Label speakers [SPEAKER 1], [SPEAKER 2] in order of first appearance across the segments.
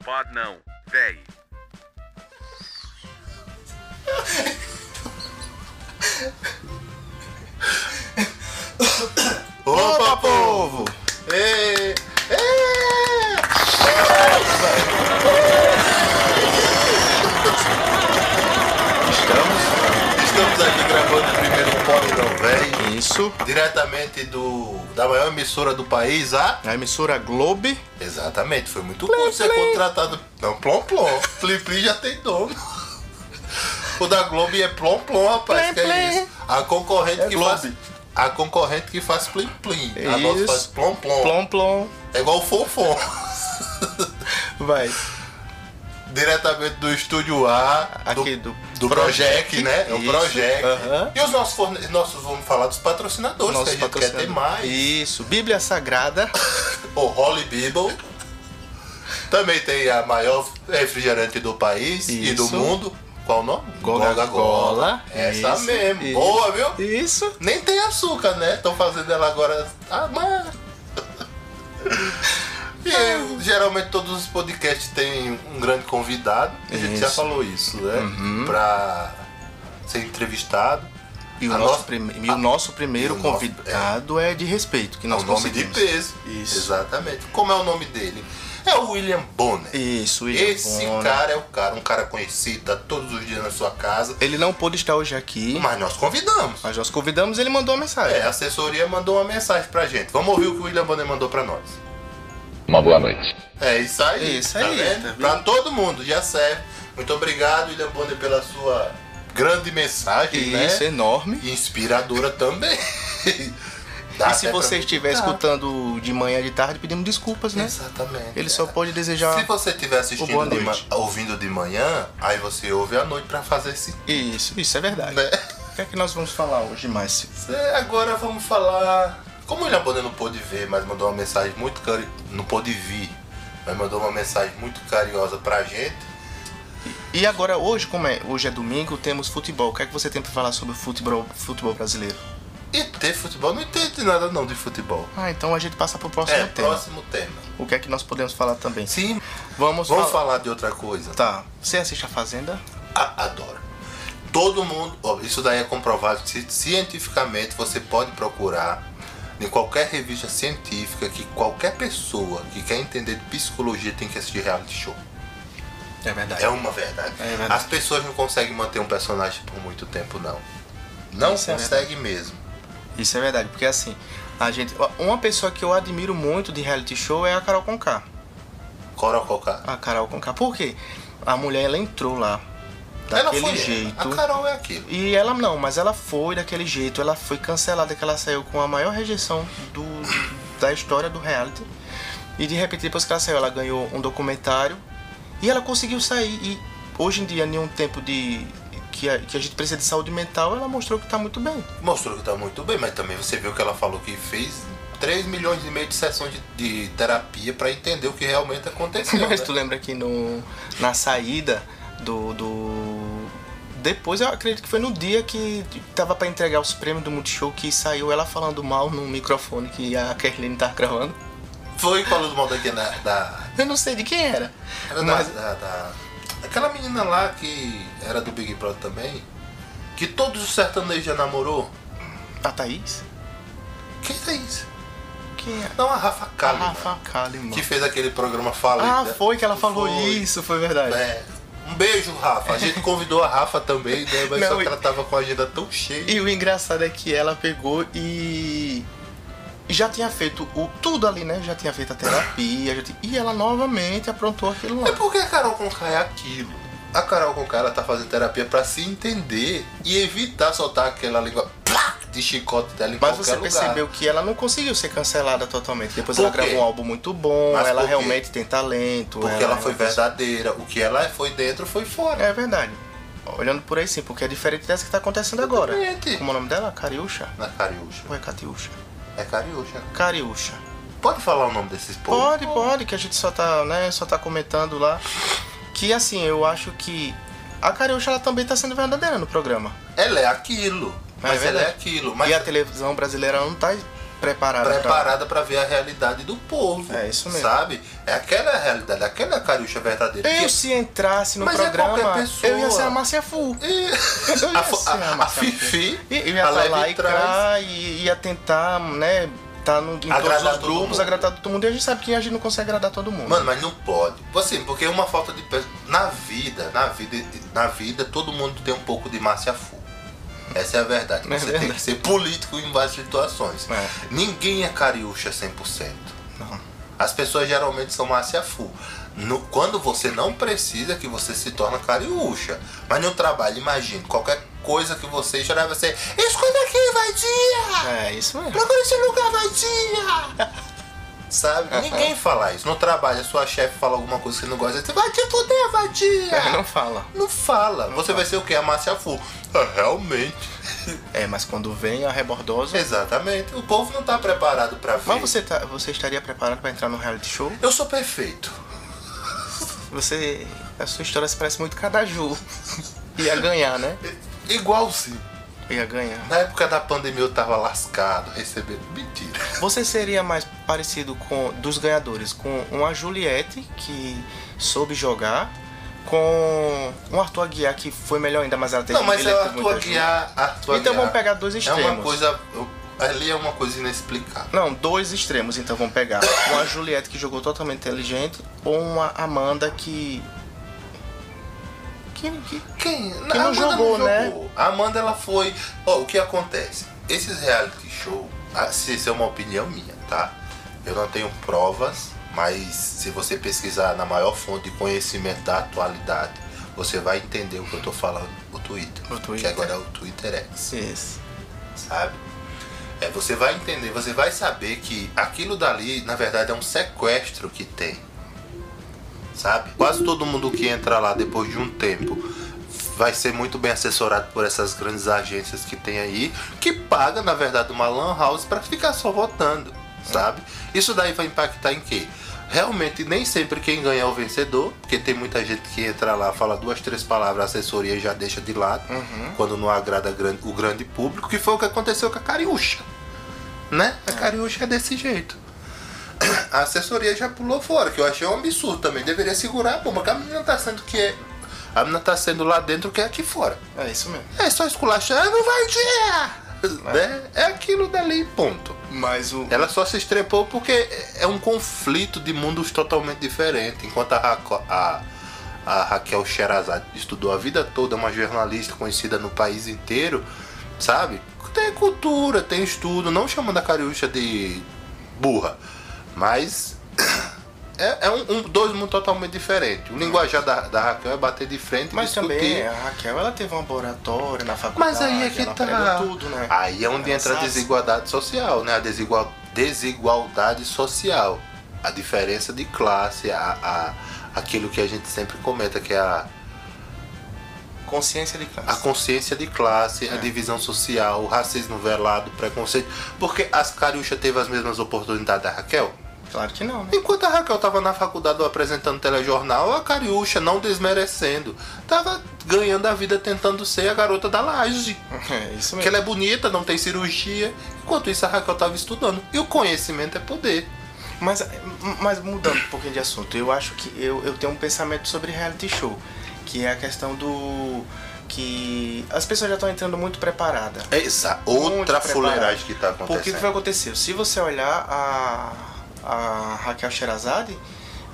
[SPEAKER 1] Squad não, véi.
[SPEAKER 2] Opa, povo! Ê, ê!
[SPEAKER 3] Estamos, estamos aqui gravando o primeiro Pode Não Véi,
[SPEAKER 2] Isso,
[SPEAKER 3] diretamente do, da maior emissora do país, a...
[SPEAKER 2] a emissora Globe.
[SPEAKER 3] Exatamente, foi muito bom ser contratado... Não, Plom Plom, Plim Plim já tem dono. O da Globo é Plom Plom, rapaz,
[SPEAKER 2] Plim
[SPEAKER 3] que é
[SPEAKER 2] Plim.
[SPEAKER 3] isso. A concorrente
[SPEAKER 2] É
[SPEAKER 3] que
[SPEAKER 2] Globo.
[SPEAKER 3] faz... A concorrente que faz Plim Plim, a
[SPEAKER 2] Isso.
[SPEAKER 3] nossa faz Plom Plom.
[SPEAKER 2] Plom Plom.
[SPEAKER 3] É igual o Fonfon.
[SPEAKER 2] Vai.
[SPEAKER 3] Diretamente do estúdio A,
[SPEAKER 2] Aqui do,
[SPEAKER 3] do Project, né? É o
[SPEAKER 2] Isso,
[SPEAKER 3] Project.
[SPEAKER 2] aham.
[SPEAKER 3] E os nossos, forne... nossos, vamos falar dos patrocinadores,
[SPEAKER 2] Nosso
[SPEAKER 3] que a gente quer ter
[SPEAKER 2] patrocinador.
[SPEAKER 3] mais.
[SPEAKER 2] Isso, Bíblia Sagrada.
[SPEAKER 3] O Holy Bible. Também tem a maior refrigerante do país e do
[SPEAKER 2] Isso.
[SPEAKER 3] mundo. Qual o nome?
[SPEAKER 2] Coca-Cola.
[SPEAKER 3] Essa
[SPEAKER 2] Isso,
[SPEAKER 3] mesmo.
[SPEAKER 2] isso.
[SPEAKER 3] Boa, viu?
[SPEAKER 2] Isso.
[SPEAKER 3] Nem tem açúcar, né? Estão fazendo ela agora. Ah, mas. E eu, geralmente todos os podcasts têm um grande convidado. A gente já
[SPEAKER 2] Isso. Uhum.
[SPEAKER 3] falou isso, né? Pra ser entrevistado.
[SPEAKER 2] E o,
[SPEAKER 3] A
[SPEAKER 2] nosso,
[SPEAKER 3] nossa-
[SPEAKER 2] prime- e
[SPEAKER 3] a-
[SPEAKER 2] o nosso primeiro
[SPEAKER 3] e o nosso-
[SPEAKER 2] convidado é. de respeito, que
[SPEAKER 3] É
[SPEAKER 2] nós
[SPEAKER 3] um nome de
[SPEAKER 2] conseguimos.
[SPEAKER 3] peso.
[SPEAKER 2] Isso.
[SPEAKER 3] Exatamente. Como é o nome dele? É o William Bonner.
[SPEAKER 2] Isso, É William
[SPEAKER 3] Esse
[SPEAKER 2] Bonner.
[SPEAKER 3] cara é o cara, um cara conhecido, tá todos os dias na sua casa.
[SPEAKER 2] Ele não pôde estar hoje aqui,
[SPEAKER 3] Mas nós convidamos.
[SPEAKER 2] mas nós convidamos e ele mandou uma mensagem.
[SPEAKER 3] É, a assessoria mandou uma mensagem pra gente. Vamos ouvir o que o William Bonner mandou pra nós.
[SPEAKER 4] Uma boa noite.
[SPEAKER 3] É isso aí.
[SPEAKER 2] Isso
[SPEAKER 3] tá
[SPEAKER 2] aí,
[SPEAKER 3] vendo?
[SPEAKER 2] tá vendo?
[SPEAKER 3] pra todo mundo, já serve. Muito obrigado, William Bonner, pela sua grande mensagem,
[SPEAKER 2] Isso,
[SPEAKER 3] né?
[SPEAKER 2] enorme.
[SPEAKER 3] E inspiradora também. Dá
[SPEAKER 2] E se
[SPEAKER 3] até pra
[SPEAKER 2] você estiver
[SPEAKER 3] meditar.
[SPEAKER 2] escutando de manhã e de tarde, pedimos desculpas, né?
[SPEAKER 3] Exatamente.
[SPEAKER 2] Ele só
[SPEAKER 3] é.
[SPEAKER 2] pode desejar.
[SPEAKER 3] Se você estiver assistindo
[SPEAKER 2] boa
[SPEAKER 3] de ma-
[SPEAKER 2] noite.
[SPEAKER 3] ouvindo de manhã, aí você ouve à noite pra fazer esse.
[SPEAKER 2] Isso, isso é verdade.
[SPEAKER 3] Né?
[SPEAKER 2] O que é que nós vamos falar hoje mais?
[SPEAKER 3] É, agora vamos falar. Como o William Bonner não pôde ver, mas mandou uma mensagem muito carinhosa. Não pôde vir, mas mandou uma mensagem muito carinhosa pra gente.
[SPEAKER 2] E agora, hoje, como é? Hoje é domingo, temos futebol. O que é que você tem pra falar sobre o futebol, futebol brasileiro?
[SPEAKER 3] E ter futebol, não entende nada não de futebol.
[SPEAKER 2] Ah, então a gente passa pro próximo
[SPEAKER 3] É,
[SPEAKER 2] tema.
[SPEAKER 3] próximo tema.
[SPEAKER 2] O que é que nós podemos falar também?
[SPEAKER 3] Sim,
[SPEAKER 2] Vamos,
[SPEAKER 3] vamos
[SPEAKER 2] falar.
[SPEAKER 3] falar de outra coisa.
[SPEAKER 2] Tá. Você assiste a Fazenda?
[SPEAKER 3] A- adoro. Todo mundo, ó, isso daí é comprovado ci- cientificamente, você pode procurar em qualquer revista científica que qualquer pessoa que quer entender de psicologia tem que assistir reality show.
[SPEAKER 2] É verdade.
[SPEAKER 3] É uma verdade.
[SPEAKER 2] É verdade.
[SPEAKER 3] As pessoas não conseguem manter um personagem por muito tempo, não. Não
[SPEAKER 2] Isso é
[SPEAKER 3] consegue mesmo.
[SPEAKER 2] Isso é verdade, porque assim, a gente. Uma pessoa que eu admiro muito de reality show é a Carol Conká.
[SPEAKER 3] Corococá.
[SPEAKER 2] A Carol Conká. Por quê? A mulher, ela entrou lá.
[SPEAKER 3] Ela
[SPEAKER 2] Daquele
[SPEAKER 3] foi. é,
[SPEAKER 2] jeito.
[SPEAKER 3] A Carol é aquilo.
[SPEAKER 2] E ela não, mas ela foi daquele jeito, ela foi cancelada, que ela saiu com a maior rejeição do, da história do reality. E de repente, depois que ela saiu, ela ganhou um documentário e ela conseguiu sair. E hoje em dia, em um tempo de que a, que a gente precisa de saúde mental, ela mostrou que tá muito bem.
[SPEAKER 3] Mostrou que tá muito bem, mas também você viu que ela falou que fez 3 milhões e meio de sessões de, de terapia pra entender o que realmente aconteceu.
[SPEAKER 2] Mas
[SPEAKER 3] né?
[SPEAKER 2] tu lembra que no, na saída do, do. Depois eu acredito que foi no dia que tava pra entregar os prêmios do Multishow que saiu ela falando mal no microfone que a Kerline tava gravando.
[SPEAKER 3] Foi falando mal daqui da. né? da,
[SPEAKER 2] Eu não sei de quem era.
[SPEAKER 3] era
[SPEAKER 2] Mas-
[SPEAKER 3] da, da- da- Aquela menina lá que era do Big Brother também. Que todos os sertanejos já namorou.
[SPEAKER 2] A Thaís?
[SPEAKER 3] Quem é isso?
[SPEAKER 2] Quem é?
[SPEAKER 3] Não, a Rafa
[SPEAKER 2] A
[SPEAKER 3] Kalimann.
[SPEAKER 2] Rafa Kalimann.
[SPEAKER 3] Que fez aquele programa Fala.
[SPEAKER 2] Ah,
[SPEAKER 3] né?
[SPEAKER 2] foi que ela falou
[SPEAKER 3] Foi.
[SPEAKER 2] isso, foi verdade.
[SPEAKER 3] É. Um beijo, Rafa. A gente convidou a Rafa também, né? Mas
[SPEAKER 2] Não,
[SPEAKER 3] só
[SPEAKER 2] e-
[SPEAKER 3] que ela tava com a agenda tão cheia.
[SPEAKER 2] E o engraçado é que ela pegou e. e Já tinha feito o tudo ali, né? Já tinha feito a terapia. já tinha- E ela novamente aprontou aquilo lá.
[SPEAKER 3] É porque a Carol Conká é aquilo. A Carol Conká ela tá fazendo terapia pra se entender e evitar soltar aquela língua plá, de chicote dela em
[SPEAKER 2] Mas
[SPEAKER 3] qualquer
[SPEAKER 2] você
[SPEAKER 3] lugar.
[SPEAKER 2] percebeu que ela não conseguiu ser cancelada totalmente. Depois
[SPEAKER 3] Por
[SPEAKER 2] ela
[SPEAKER 3] quê?
[SPEAKER 2] gravou um álbum muito bom,
[SPEAKER 3] Mas por
[SPEAKER 2] ela
[SPEAKER 3] quê?
[SPEAKER 2] realmente tem talento.
[SPEAKER 3] Porque ela
[SPEAKER 2] é
[SPEAKER 3] foi
[SPEAKER 2] uma pessoa-
[SPEAKER 3] verdadeira. O que ela foi dentro foi fora.
[SPEAKER 2] É verdade. Olhando por aí sim, porque é diferente dessa que tá acontecendo agora.
[SPEAKER 3] Exatamente.
[SPEAKER 2] Como é o nome dela? Cariúcha?
[SPEAKER 3] Na Cariúcha.
[SPEAKER 2] Ou é Catiúcha?
[SPEAKER 3] É Cariúcha.
[SPEAKER 2] Cariúcha.
[SPEAKER 3] Pode falar o nome desses povos?
[SPEAKER 2] Pode, pode, que a gente só tá, né, só tá comentando lá. Que assim, eu acho que a Cariúcha ela também tá sendo verdadeira no programa.
[SPEAKER 3] Ela é aquilo. Mas ela é
[SPEAKER 2] verdade.
[SPEAKER 3] aquilo. Mas
[SPEAKER 2] E a televisão brasileira não tá preparada. pra-
[SPEAKER 3] preparada para ver a realidade do povo.
[SPEAKER 2] É isso mesmo.
[SPEAKER 3] Sabe? É aquela realidade, aquela é cariúcha verdadeira.
[SPEAKER 2] Eu
[SPEAKER 3] Que-
[SPEAKER 2] se entrasse no
[SPEAKER 3] Mas é
[SPEAKER 2] programa,
[SPEAKER 3] qualquer pessoa.
[SPEAKER 2] eu ia ser a Márcia Fu.
[SPEAKER 3] E-
[SPEAKER 2] Eu ia
[SPEAKER 3] a, fo-
[SPEAKER 2] ser
[SPEAKER 3] a- a
[SPEAKER 2] Márcia Fu.
[SPEAKER 3] Fifi,
[SPEAKER 2] E- Eu ia
[SPEAKER 3] a
[SPEAKER 2] estar
[SPEAKER 3] Leve
[SPEAKER 2] lá e
[SPEAKER 3] traz.
[SPEAKER 2] cá e ia tentar, né, tá no, em todos
[SPEAKER 3] Agradar todo
[SPEAKER 2] os grupos,
[SPEAKER 3] mundo.
[SPEAKER 2] agradar todo mundo. E a gente sabe que a gente não consegue agradar todo mundo.
[SPEAKER 3] Mano, mas não pode. Assim, porque uma falta de pe- na vida, na vida, na vida todo mundo tem um pouco de Márcia Fu. Essa é a verdade.
[SPEAKER 2] É
[SPEAKER 3] Você tem
[SPEAKER 2] verdade.
[SPEAKER 3] que ser político em várias situações.
[SPEAKER 2] É.
[SPEAKER 3] Ninguém é cariúcha 100%.
[SPEAKER 2] Não.
[SPEAKER 3] As pessoas geralmente são Márcia Fu. No- quando você não precisa, que você se torna cariúcha. Mas no trabalho, imagina, qualquer coisa que você gerar, você. Escuta aqui, vadia!
[SPEAKER 2] É, isso mesmo.
[SPEAKER 3] Procura esse lugar vadia! Sabe? Ninguém fala isso. No trabalho, a sua chefe fala alguma coisa que você não gosta, você vai te fuder,
[SPEAKER 2] É,
[SPEAKER 3] vadia!
[SPEAKER 2] não fala.
[SPEAKER 3] Não fala. Você vai ser o quê? A Márcia Fu. É, realmente.
[SPEAKER 2] É, mas quando vem a rebordosa.
[SPEAKER 3] Exatamente. O povo não tá preparado pra ver.
[SPEAKER 2] Mas você, tá, você estaria preparado pra entrar no reality show?
[SPEAKER 3] Eu sou perfeito.
[SPEAKER 2] Você. A sua história se parece muito com a da Ju. Ia ganhar, né?
[SPEAKER 3] I- Igualzinho.
[SPEAKER 2] Ia ganhar.
[SPEAKER 3] Na época da pandemia eu tava lascado, recebendo mentira.
[SPEAKER 2] Você seria mais parecido com dos ganhadores com uma Juliette que soube jogar, com um Arthur Aguiar que foi melhor ainda, mas ela teve
[SPEAKER 3] não, mas
[SPEAKER 2] ele
[SPEAKER 3] é o
[SPEAKER 2] teve muita
[SPEAKER 3] Arthur
[SPEAKER 2] ajuda.
[SPEAKER 3] Aguiar. Arthur
[SPEAKER 2] né? Então vamos
[SPEAKER 3] Aguiar.
[SPEAKER 2] pegar dois
[SPEAKER 3] É
[SPEAKER 2] extremos.
[SPEAKER 3] uma coisa. eu- Ali é uma coisa inexplicável.
[SPEAKER 2] Não, dois extremos então vamos pegar. Uma Juliette que jogou totalmente inteligente ou uma Amanda que. Que, que
[SPEAKER 3] Quem?
[SPEAKER 2] Que não jogou, né?
[SPEAKER 3] A Amanda, ela foi. Ó, o que acontece? Esses reality show, ah, se isso é uma opinião minha, tá? Eu não tenho provas, mas se você pesquisar na maior fonte de conhecimento da atualidade, você vai entender o que eu tô falando no Twitter.
[SPEAKER 2] No
[SPEAKER 3] Que
[SPEAKER 2] Twitter.
[SPEAKER 3] agora é o Twitter X
[SPEAKER 2] Esse.
[SPEAKER 3] sabe? É, você vai entender, você vai saber que aquilo dali, na verdade, é um sequestro que tem. Sabe? Quase todo mundo que entra lá depois de um tempo vai ser muito bem assessorado por essas grandes agências que tem aí, que paga, na verdade, uma lan house pra ficar só votando, sabe? Isso daí vai impactar em quê? Realmente, nem sempre quem ganha é o vencedor, porque tem muita gente que entra lá, fala duas, três palavras, a assessoria já deixa de lado, quando não agrada gran- o grande público, que foi o que aconteceu com a Cariúcha, né? A Cariúcha é desse jeito. A assessoria já pulou fora, que eu achei um absurdo também. Deveria segurar a bomba, que a menina tá sendo que é. A menina tá sendo lá dentro que é aqui fora.
[SPEAKER 2] É isso mesmo.
[SPEAKER 3] É só esculachar, não vai dia! Né? É aquilo dali, ponto.
[SPEAKER 2] Mas o.
[SPEAKER 3] Ela só se estrepou porque é um conflito de mundos totalmente diferente. Enquanto a, Raco- a- a Raquel Sherazade estudou a vida toda, é uma jornalista conhecida no país inteiro, sabe? Tem cultura, tem estudo, não chamando a Cariúcha de burra, mas é, é um, um- dois mundos totalmente diferentes. O linguajar da, da Raquel é bater de frente e
[SPEAKER 2] Mas
[SPEAKER 3] discutir.
[SPEAKER 2] também é a Raquel ela teve um laboratório na faculdade.
[SPEAKER 3] Mas aí é que
[SPEAKER 2] ela
[SPEAKER 3] tá.
[SPEAKER 2] Ah, pegou tudo, né?
[SPEAKER 3] Aí é onde
[SPEAKER 2] Ela
[SPEAKER 3] entra a
[SPEAKER 2] sabe.
[SPEAKER 3] desigualdade social, né? A desigual- desigualdade social. A diferença de classe, a, a- aquilo que a gente sempre comenta, que é a,
[SPEAKER 2] Consciência de classe.
[SPEAKER 3] a consciência de classe, a divisão social, o racismo velado, o preconceito. Porque as Cariúcha teve as mesmas oportunidades da Raquel?
[SPEAKER 2] Claro que não, né?
[SPEAKER 3] Enquanto a Raquel tava na faculdade ou apresentando telejornal, a Cariúcha, não desmerecendo, tava ganhando a vida tentando ser a garota da laje.
[SPEAKER 2] É isso
[SPEAKER 3] Porque
[SPEAKER 2] mesmo.
[SPEAKER 3] ela é bonita, não tem cirurgia. Enquanto isso, a Raquel tava estudando. E o conhecimento é poder.
[SPEAKER 2] Mas, mas mudando um pouquinho de assunto, eu acho que eu, eu tenho um pensamento sobre reality show, que é a questão do. que as pessoas já estão entrando muito preparadas.
[SPEAKER 3] Essa
[SPEAKER 2] Muito
[SPEAKER 3] É outra
[SPEAKER 2] preparado.
[SPEAKER 3] fuleiragem que tá acontecendo.
[SPEAKER 2] Porque o que vai acontecer? Se você olhar a, a Raquel Sherazade,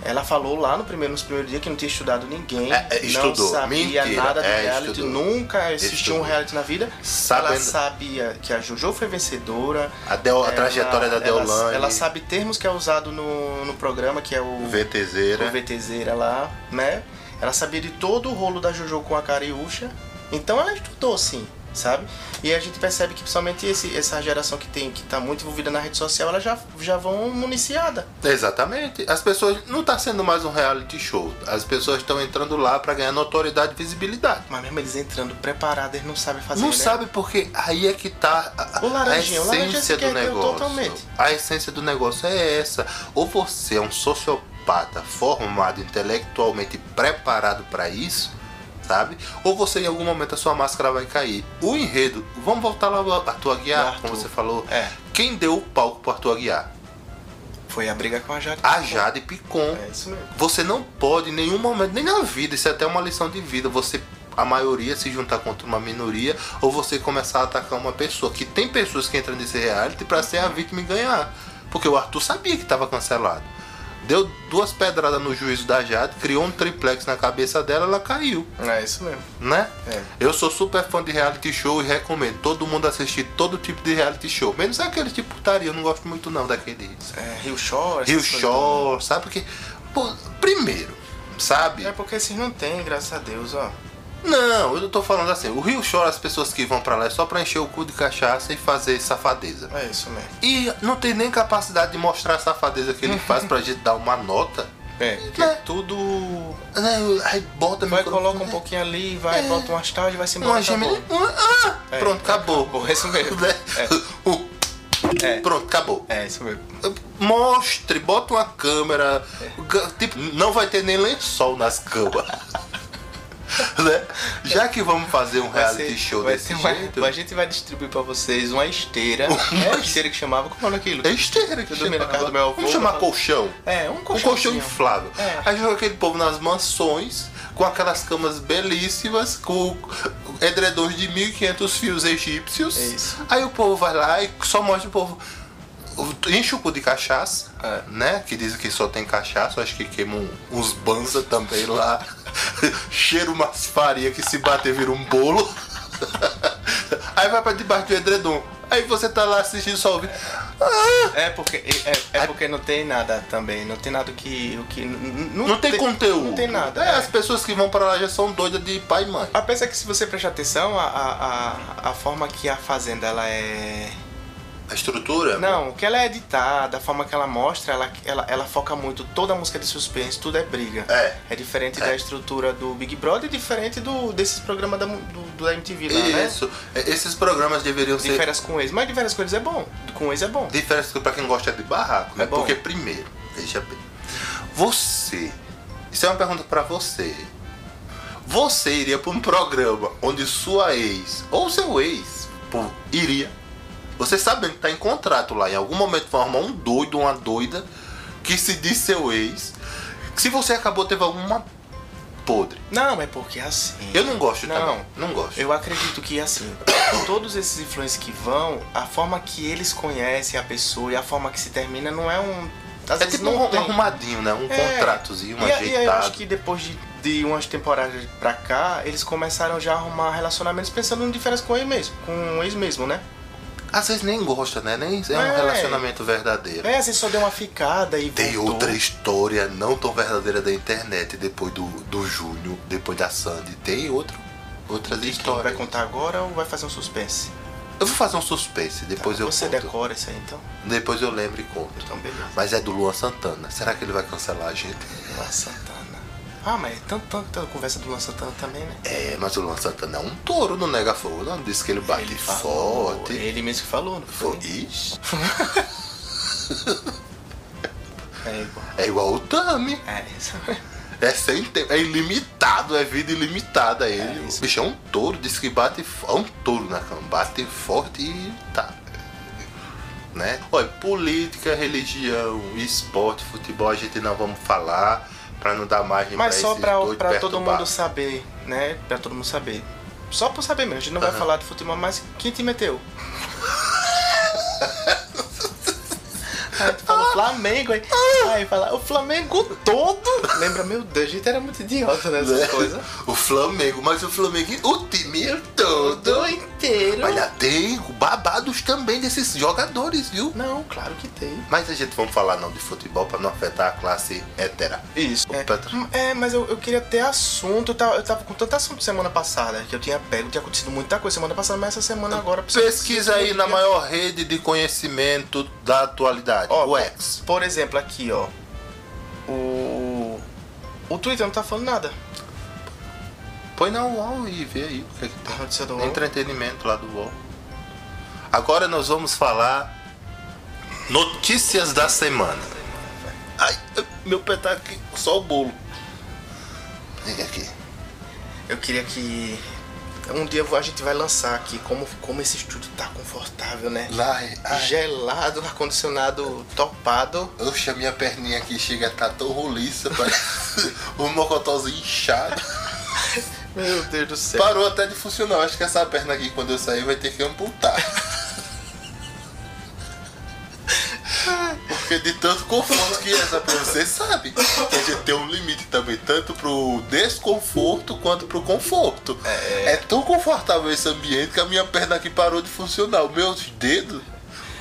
[SPEAKER 2] ela falou lá no primeiro, nos primeiros dias que não tinha estudado ninguém,
[SPEAKER 3] É, é,
[SPEAKER 2] não
[SPEAKER 3] estudou.
[SPEAKER 2] sabia
[SPEAKER 3] Mentira.
[SPEAKER 2] nada do
[SPEAKER 3] É,
[SPEAKER 2] reality,
[SPEAKER 3] estudou.
[SPEAKER 2] nunca assistiu
[SPEAKER 3] Estudou.
[SPEAKER 2] um reality na vida. Ela
[SPEAKER 3] Sabendo.
[SPEAKER 2] sabia que a Jojo foi vencedora.
[SPEAKER 3] A, Del- a
[SPEAKER 2] ela-
[SPEAKER 3] trajetória da
[SPEAKER 2] ela-
[SPEAKER 3] Deolane.
[SPEAKER 2] Ela sabe termos que é usado no, no programa, que é o
[SPEAKER 3] VTZera.
[SPEAKER 2] o VTZera lá, né? Ela sabia de todo o rolo da Jojo com a Cariúcha. Então ela estudou sim, sabe? E a gente percebe que principalmente esse- essa geração que tem, que tá muito envolvida na rede social, elas já, já vão municiada.
[SPEAKER 3] Exatamente. As pessoas. Não tá sendo mais um reality show. As pessoas estão entrando lá pra ganhar notoriedade e visibilidade.
[SPEAKER 2] Mas mesmo eles entrando preparados, eles não sabem fazer
[SPEAKER 3] Não
[SPEAKER 2] né?
[SPEAKER 3] sabe porque aí é que tá a, a-
[SPEAKER 2] O laranjinha,
[SPEAKER 3] a
[SPEAKER 2] o laranjinha
[SPEAKER 3] essência
[SPEAKER 2] se
[SPEAKER 3] do
[SPEAKER 2] perdeu
[SPEAKER 3] negócio.
[SPEAKER 2] totalmente.
[SPEAKER 3] A essência do negócio é essa. Ou você é um sociopata formado intelectualmente preparado pra isso, sabe? Ou você em algum momento a sua máscara vai cair. O enredo, vamos voltar lá ao Arthur Aguiar,
[SPEAKER 2] No Arthur.
[SPEAKER 3] como você falou.
[SPEAKER 2] É.
[SPEAKER 3] Quem deu o palco pro Arthur Aguiar?
[SPEAKER 2] Foi a briga com a Jade.
[SPEAKER 3] A Jade Picon.
[SPEAKER 2] É isso mesmo.
[SPEAKER 3] Você não pode em nenhum momento, nem na vida, isso é até uma lição de vida, você a maioria se juntar contra uma minoria ou você começar a atacar uma pessoa. Que tem pessoas que entram nesse reality pra ser a vítima e ganhar. Porque o Arthur sabia que estava cancelado. Deu duas pedradas no juízo da Jade, criou um triplex na cabeça dela, ela caiu,
[SPEAKER 2] É isso mesmo.
[SPEAKER 3] né?
[SPEAKER 2] É.
[SPEAKER 3] Eu sou super fã de reality show e recomendo todo mundo assistir todo tipo de reality show, menos aquele de putaria, eu não gosto muito não daqueles.
[SPEAKER 2] É, Rio Shore.
[SPEAKER 3] Rio
[SPEAKER 2] essas coisas.
[SPEAKER 3] Shore, sabe? Porque, pô, primeiro, sabe?
[SPEAKER 2] É porque esses não tem, graças a Deus, ó.
[SPEAKER 3] Não, eu tô falando assim, o Rio Shore, as pessoas que vão pra lá é só pra encher o cu de cachaça e fazer safadeza.
[SPEAKER 2] É isso mesmo.
[SPEAKER 3] E não tem nem capacidade de mostrar a safadeza que ele faz pra gente dar uma nota.
[SPEAKER 2] É, porque
[SPEAKER 3] É.
[SPEAKER 2] tudo.
[SPEAKER 3] Né? Aí bota
[SPEAKER 2] Vai,
[SPEAKER 3] micro-
[SPEAKER 2] coloca um pouquinho ali, vai,
[SPEAKER 3] É.
[SPEAKER 2] bota umas tarde, vai se embora.
[SPEAKER 3] Uma
[SPEAKER 2] acabou.
[SPEAKER 3] gemida. uma- ah!
[SPEAKER 2] É,
[SPEAKER 3] pronto, acabou.
[SPEAKER 2] acabou, é isso mesmo.
[SPEAKER 3] Né?
[SPEAKER 2] É.
[SPEAKER 3] O-
[SPEAKER 2] É.
[SPEAKER 3] Pronto, acabou.
[SPEAKER 2] É isso mesmo.
[SPEAKER 3] Mostre, bota uma câmera. ga- Tipo, não vai ter nem lençol nas camas. né? Já que vamos fazer um
[SPEAKER 2] Vai
[SPEAKER 3] reality
[SPEAKER 2] ser-
[SPEAKER 3] show
[SPEAKER 2] vai
[SPEAKER 3] desse
[SPEAKER 2] ser uma-
[SPEAKER 3] jeito.
[SPEAKER 2] a gente vai distribuir pra vocês uma esteira.
[SPEAKER 3] Uma
[SPEAKER 2] é a esteira que chamava. Como era aquilo?
[SPEAKER 3] É esteira que
[SPEAKER 2] Eu dormi na
[SPEAKER 3] chama.
[SPEAKER 2] casa do meu avô.
[SPEAKER 3] Vamos chamar colchão.
[SPEAKER 2] É, um
[SPEAKER 3] Um
[SPEAKER 2] colchão.
[SPEAKER 3] colchão inflável.
[SPEAKER 2] É.
[SPEAKER 3] Aí joga aquele povo nas mansões, com aquelas camas belíssimas, com edredons de 1500 fios egípcios.
[SPEAKER 2] É isso.
[SPEAKER 3] Aí o povo vai lá e só mostra o povo. Enche o cu de cachaça,
[SPEAKER 2] É.
[SPEAKER 3] né? Que dizem que só tem cachaça, acho que queimam uns banza também lá. Cheira umas farinha que se bater vira um bolo. Aí vai pra debaixo do edredom. Aí você tá lá assistindo só ouvindo. Ah!
[SPEAKER 2] É porque, é, é porque não tem nada também. Não tem nada que. O que n- n-
[SPEAKER 3] Não tem, conteúdo.
[SPEAKER 2] Não tem nada.
[SPEAKER 3] É, as pessoas que vão pra lá já são doidas de pai e mãe.
[SPEAKER 2] Apesar que se você prestar atenção, a, a, a, a forma que a fazenda ela é.
[SPEAKER 3] A estrutura?
[SPEAKER 2] Não, que ela é editada, a forma que ela mostra, ela, ela, ela foca muito toda a música de suspense, tudo é briga.
[SPEAKER 3] É.
[SPEAKER 2] É diferente
[SPEAKER 3] É.
[SPEAKER 2] da estrutura do Big Brother e diferente do, desses programas da, mu- do, do MTV lá, né?
[SPEAKER 3] Isso. É, Esses programas deveriam
[SPEAKER 2] De
[SPEAKER 3] ser.
[SPEAKER 2] férias com ex. Mas de férias com ex é bom. Com ex é bom.
[SPEAKER 3] Diferença pra quem gosta de barraco, né?
[SPEAKER 2] É bom.
[SPEAKER 3] Porque, primeiro, veja bem. Você. Isso é uma pergunta pra você. Você iria pra um programa onde sua ex ou seu ex pô, iria. Você sabendo que tá em contrato lá, em algum momento vai arrumar um doido, uma doida que se diz seu ex. Se você acabou, teve alguma podre.
[SPEAKER 2] Não, é porque é assim.
[SPEAKER 3] Eu não gosto
[SPEAKER 2] Não.
[SPEAKER 3] também. Não gosto.
[SPEAKER 2] Eu acredito que assim, todos esses influencers que vão, a forma que eles conhecem a pessoa e a forma que se termina não é um. Às
[SPEAKER 3] é
[SPEAKER 2] vezes
[SPEAKER 3] tipo um
[SPEAKER 2] não tem.
[SPEAKER 3] arrumadinho, né? Um
[SPEAKER 2] É.
[SPEAKER 3] contratozinho, um
[SPEAKER 2] e, aí eu acho
[SPEAKER 3] ajeitado.
[SPEAKER 2] que depois de, de umas temporadas pra cá, eles começaram já a arrumar relacionamentos pensando em diferença com ele mesmo, com o ex mesmo, né?
[SPEAKER 3] Às vezes nem gosta, né? Nem é um
[SPEAKER 2] É.
[SPEAKER 3] relacionamento verdadeiro.
[SPEAKER 2] É, às vezes só deu uma ficada e
[SPEAKER 3] Tem
[SPEAKER 2] voltou.
[SPEAKER 3] outra história não tão verdadeira da internet depois do, do Júnior, depois da Sandy. Tem outro, outras
[SPEAKER 2] Vai
[SPEAKER 3] histórias.
[SPEAKER 2] contar agora ou vai fazer um suspense?
[SPEAKER 3] Eu vou fazer um suspense, depois eu
[SPEAKER 2] Tá, Você
[SPEAKER 3] conto.
[SPEAKER 2] decora isso aí então?
[SPEAKER 3] Depois eu lembro e conto.
[SPEAKER 2] Então beleza.
[SPEAKER 3] Mas é do Luan Santana. Será que ele vai cancelar a gente?
[SPEAKER 2] Luan Santana. Ah, mas é tanto, tanto, tanta conversa do Luan Santana também, né?
[SPEAKER 3] É, mas o Luan Santana é um touro no Nega Fogo. Não disse que ele bate
[SPEAKER 2] falou,
[SPEAKER 3] forte.
[SPEAKER 2] Ele mesmo que falou, não
[SPEAKER 3] Foi.
[SPEAKER 2] foi?
[SPEAKER 3] Ixi,
[SPEAKER 2] É igual.
[SPEAKER 3] é igual o Tami.
[SPEAKER 2] É isso.
[SPEAKER 3] É sem tempo, é ilimitado, é vida ilimitada ele.
[SPEAKER 2] É
[SPEAKER 3] o
[SPEAKER 2] isso.
[SPEAKER 3] bicho é um touro, diz que bate. fo- É um touro na cama, bate forte e tá. Né? Olha, política, religião, esporte, futebol a gente não vamos falar pra não dar margem
[SPEAKER 2] Mas
[SPEAKER 3] pra
[SPEAKER 2] só
[SPEAKER 3] esses
[SPEAKER 2] pra,
[SPEAKER 3] doidos
[SPEAKER 2] pra todo
[SPEAKER 3] perturbar.
[SPEAKER 2] mundo saber, né? Pra todo mundo saber. Só por saber mesmo, a gente não vai falar de futebol, mas quem te meteu? Aí tu fala Flamengo, aí, aí fala o Flamengo todo. Lembra, meu Deus, a gente era muito idiota
[SPEAKER 3] Né?
[SPEAKER 2] nessas coisas.
[SPEAKER 3] O Flamengo, mas o Flamengo, o time é todo.
[SPEAKER 2] Todo inteiro.
[SPEAKER 3] Mas já tem babados também desses jogadores, viu?
[SPEAKER 2] Não, claro que tem.
[SPEAKER 3] Mas a gente vamos falar não de futebol pra não afetar a classe hétera.
[SPEAKER 2] Isso. É,
[SPEAKER 3] Petra.
[SPEAKER 2] Hum, é, mas eu, eu queria ter assunto. Eu tava, eu tava com tanto assunto semana passada que eu tinha pego, tinha acontecido muita coisa semana passada, mas essa semana agora precisa-
[SPEAKER 3] Então, Pesquisa aí na maior rede de conhecimento da atualidade,
[SPEAKER 2] Ó,
[SPEAKER 3] o X.
[SPEAKER 2] Por exemplo, aqui, ó. O. O Twitter não tá falando nada.
[SPEAKER 3] Põe na UOL e vê aí o que, é que
[SPEAKER 2] A
[SPEAKER 3] tem.
[SPEAKER 2] notícia do
[SPEAKER 3] Entretenimento lá do UOL. Agora nós vamos falar notícias da semana. Ai, meu pé tá aqui, só o bolo. Liga aqui.
[SPEAKER 2] Eu queria que. Um dia a gente vai lançar aqui como, como esse estúdio tá confortável, né?
[SPEAKER 3] Lá, ai,
[SPEAKER 2] Gelado, ar-condicionado topado.
[SPEAKER 3] oxa, minha perninha aqui chega a estar tão roliça, parece o mocotózinho inchado.
[SPEAKER 2] Meu Deus do céu.
[SPEAKER 3] Parou até de funcionar. Acho que essa perna aqui, quando eu sair, vai ter que amputar. Porque de tanto conforto que é essa pra você sabe. que A gente tem um limite também, tanto pro desconforto quanto pro conforto. É, tão confortável esse ambiente que a minha perna aqui parou de funcionar. Os meus dedos.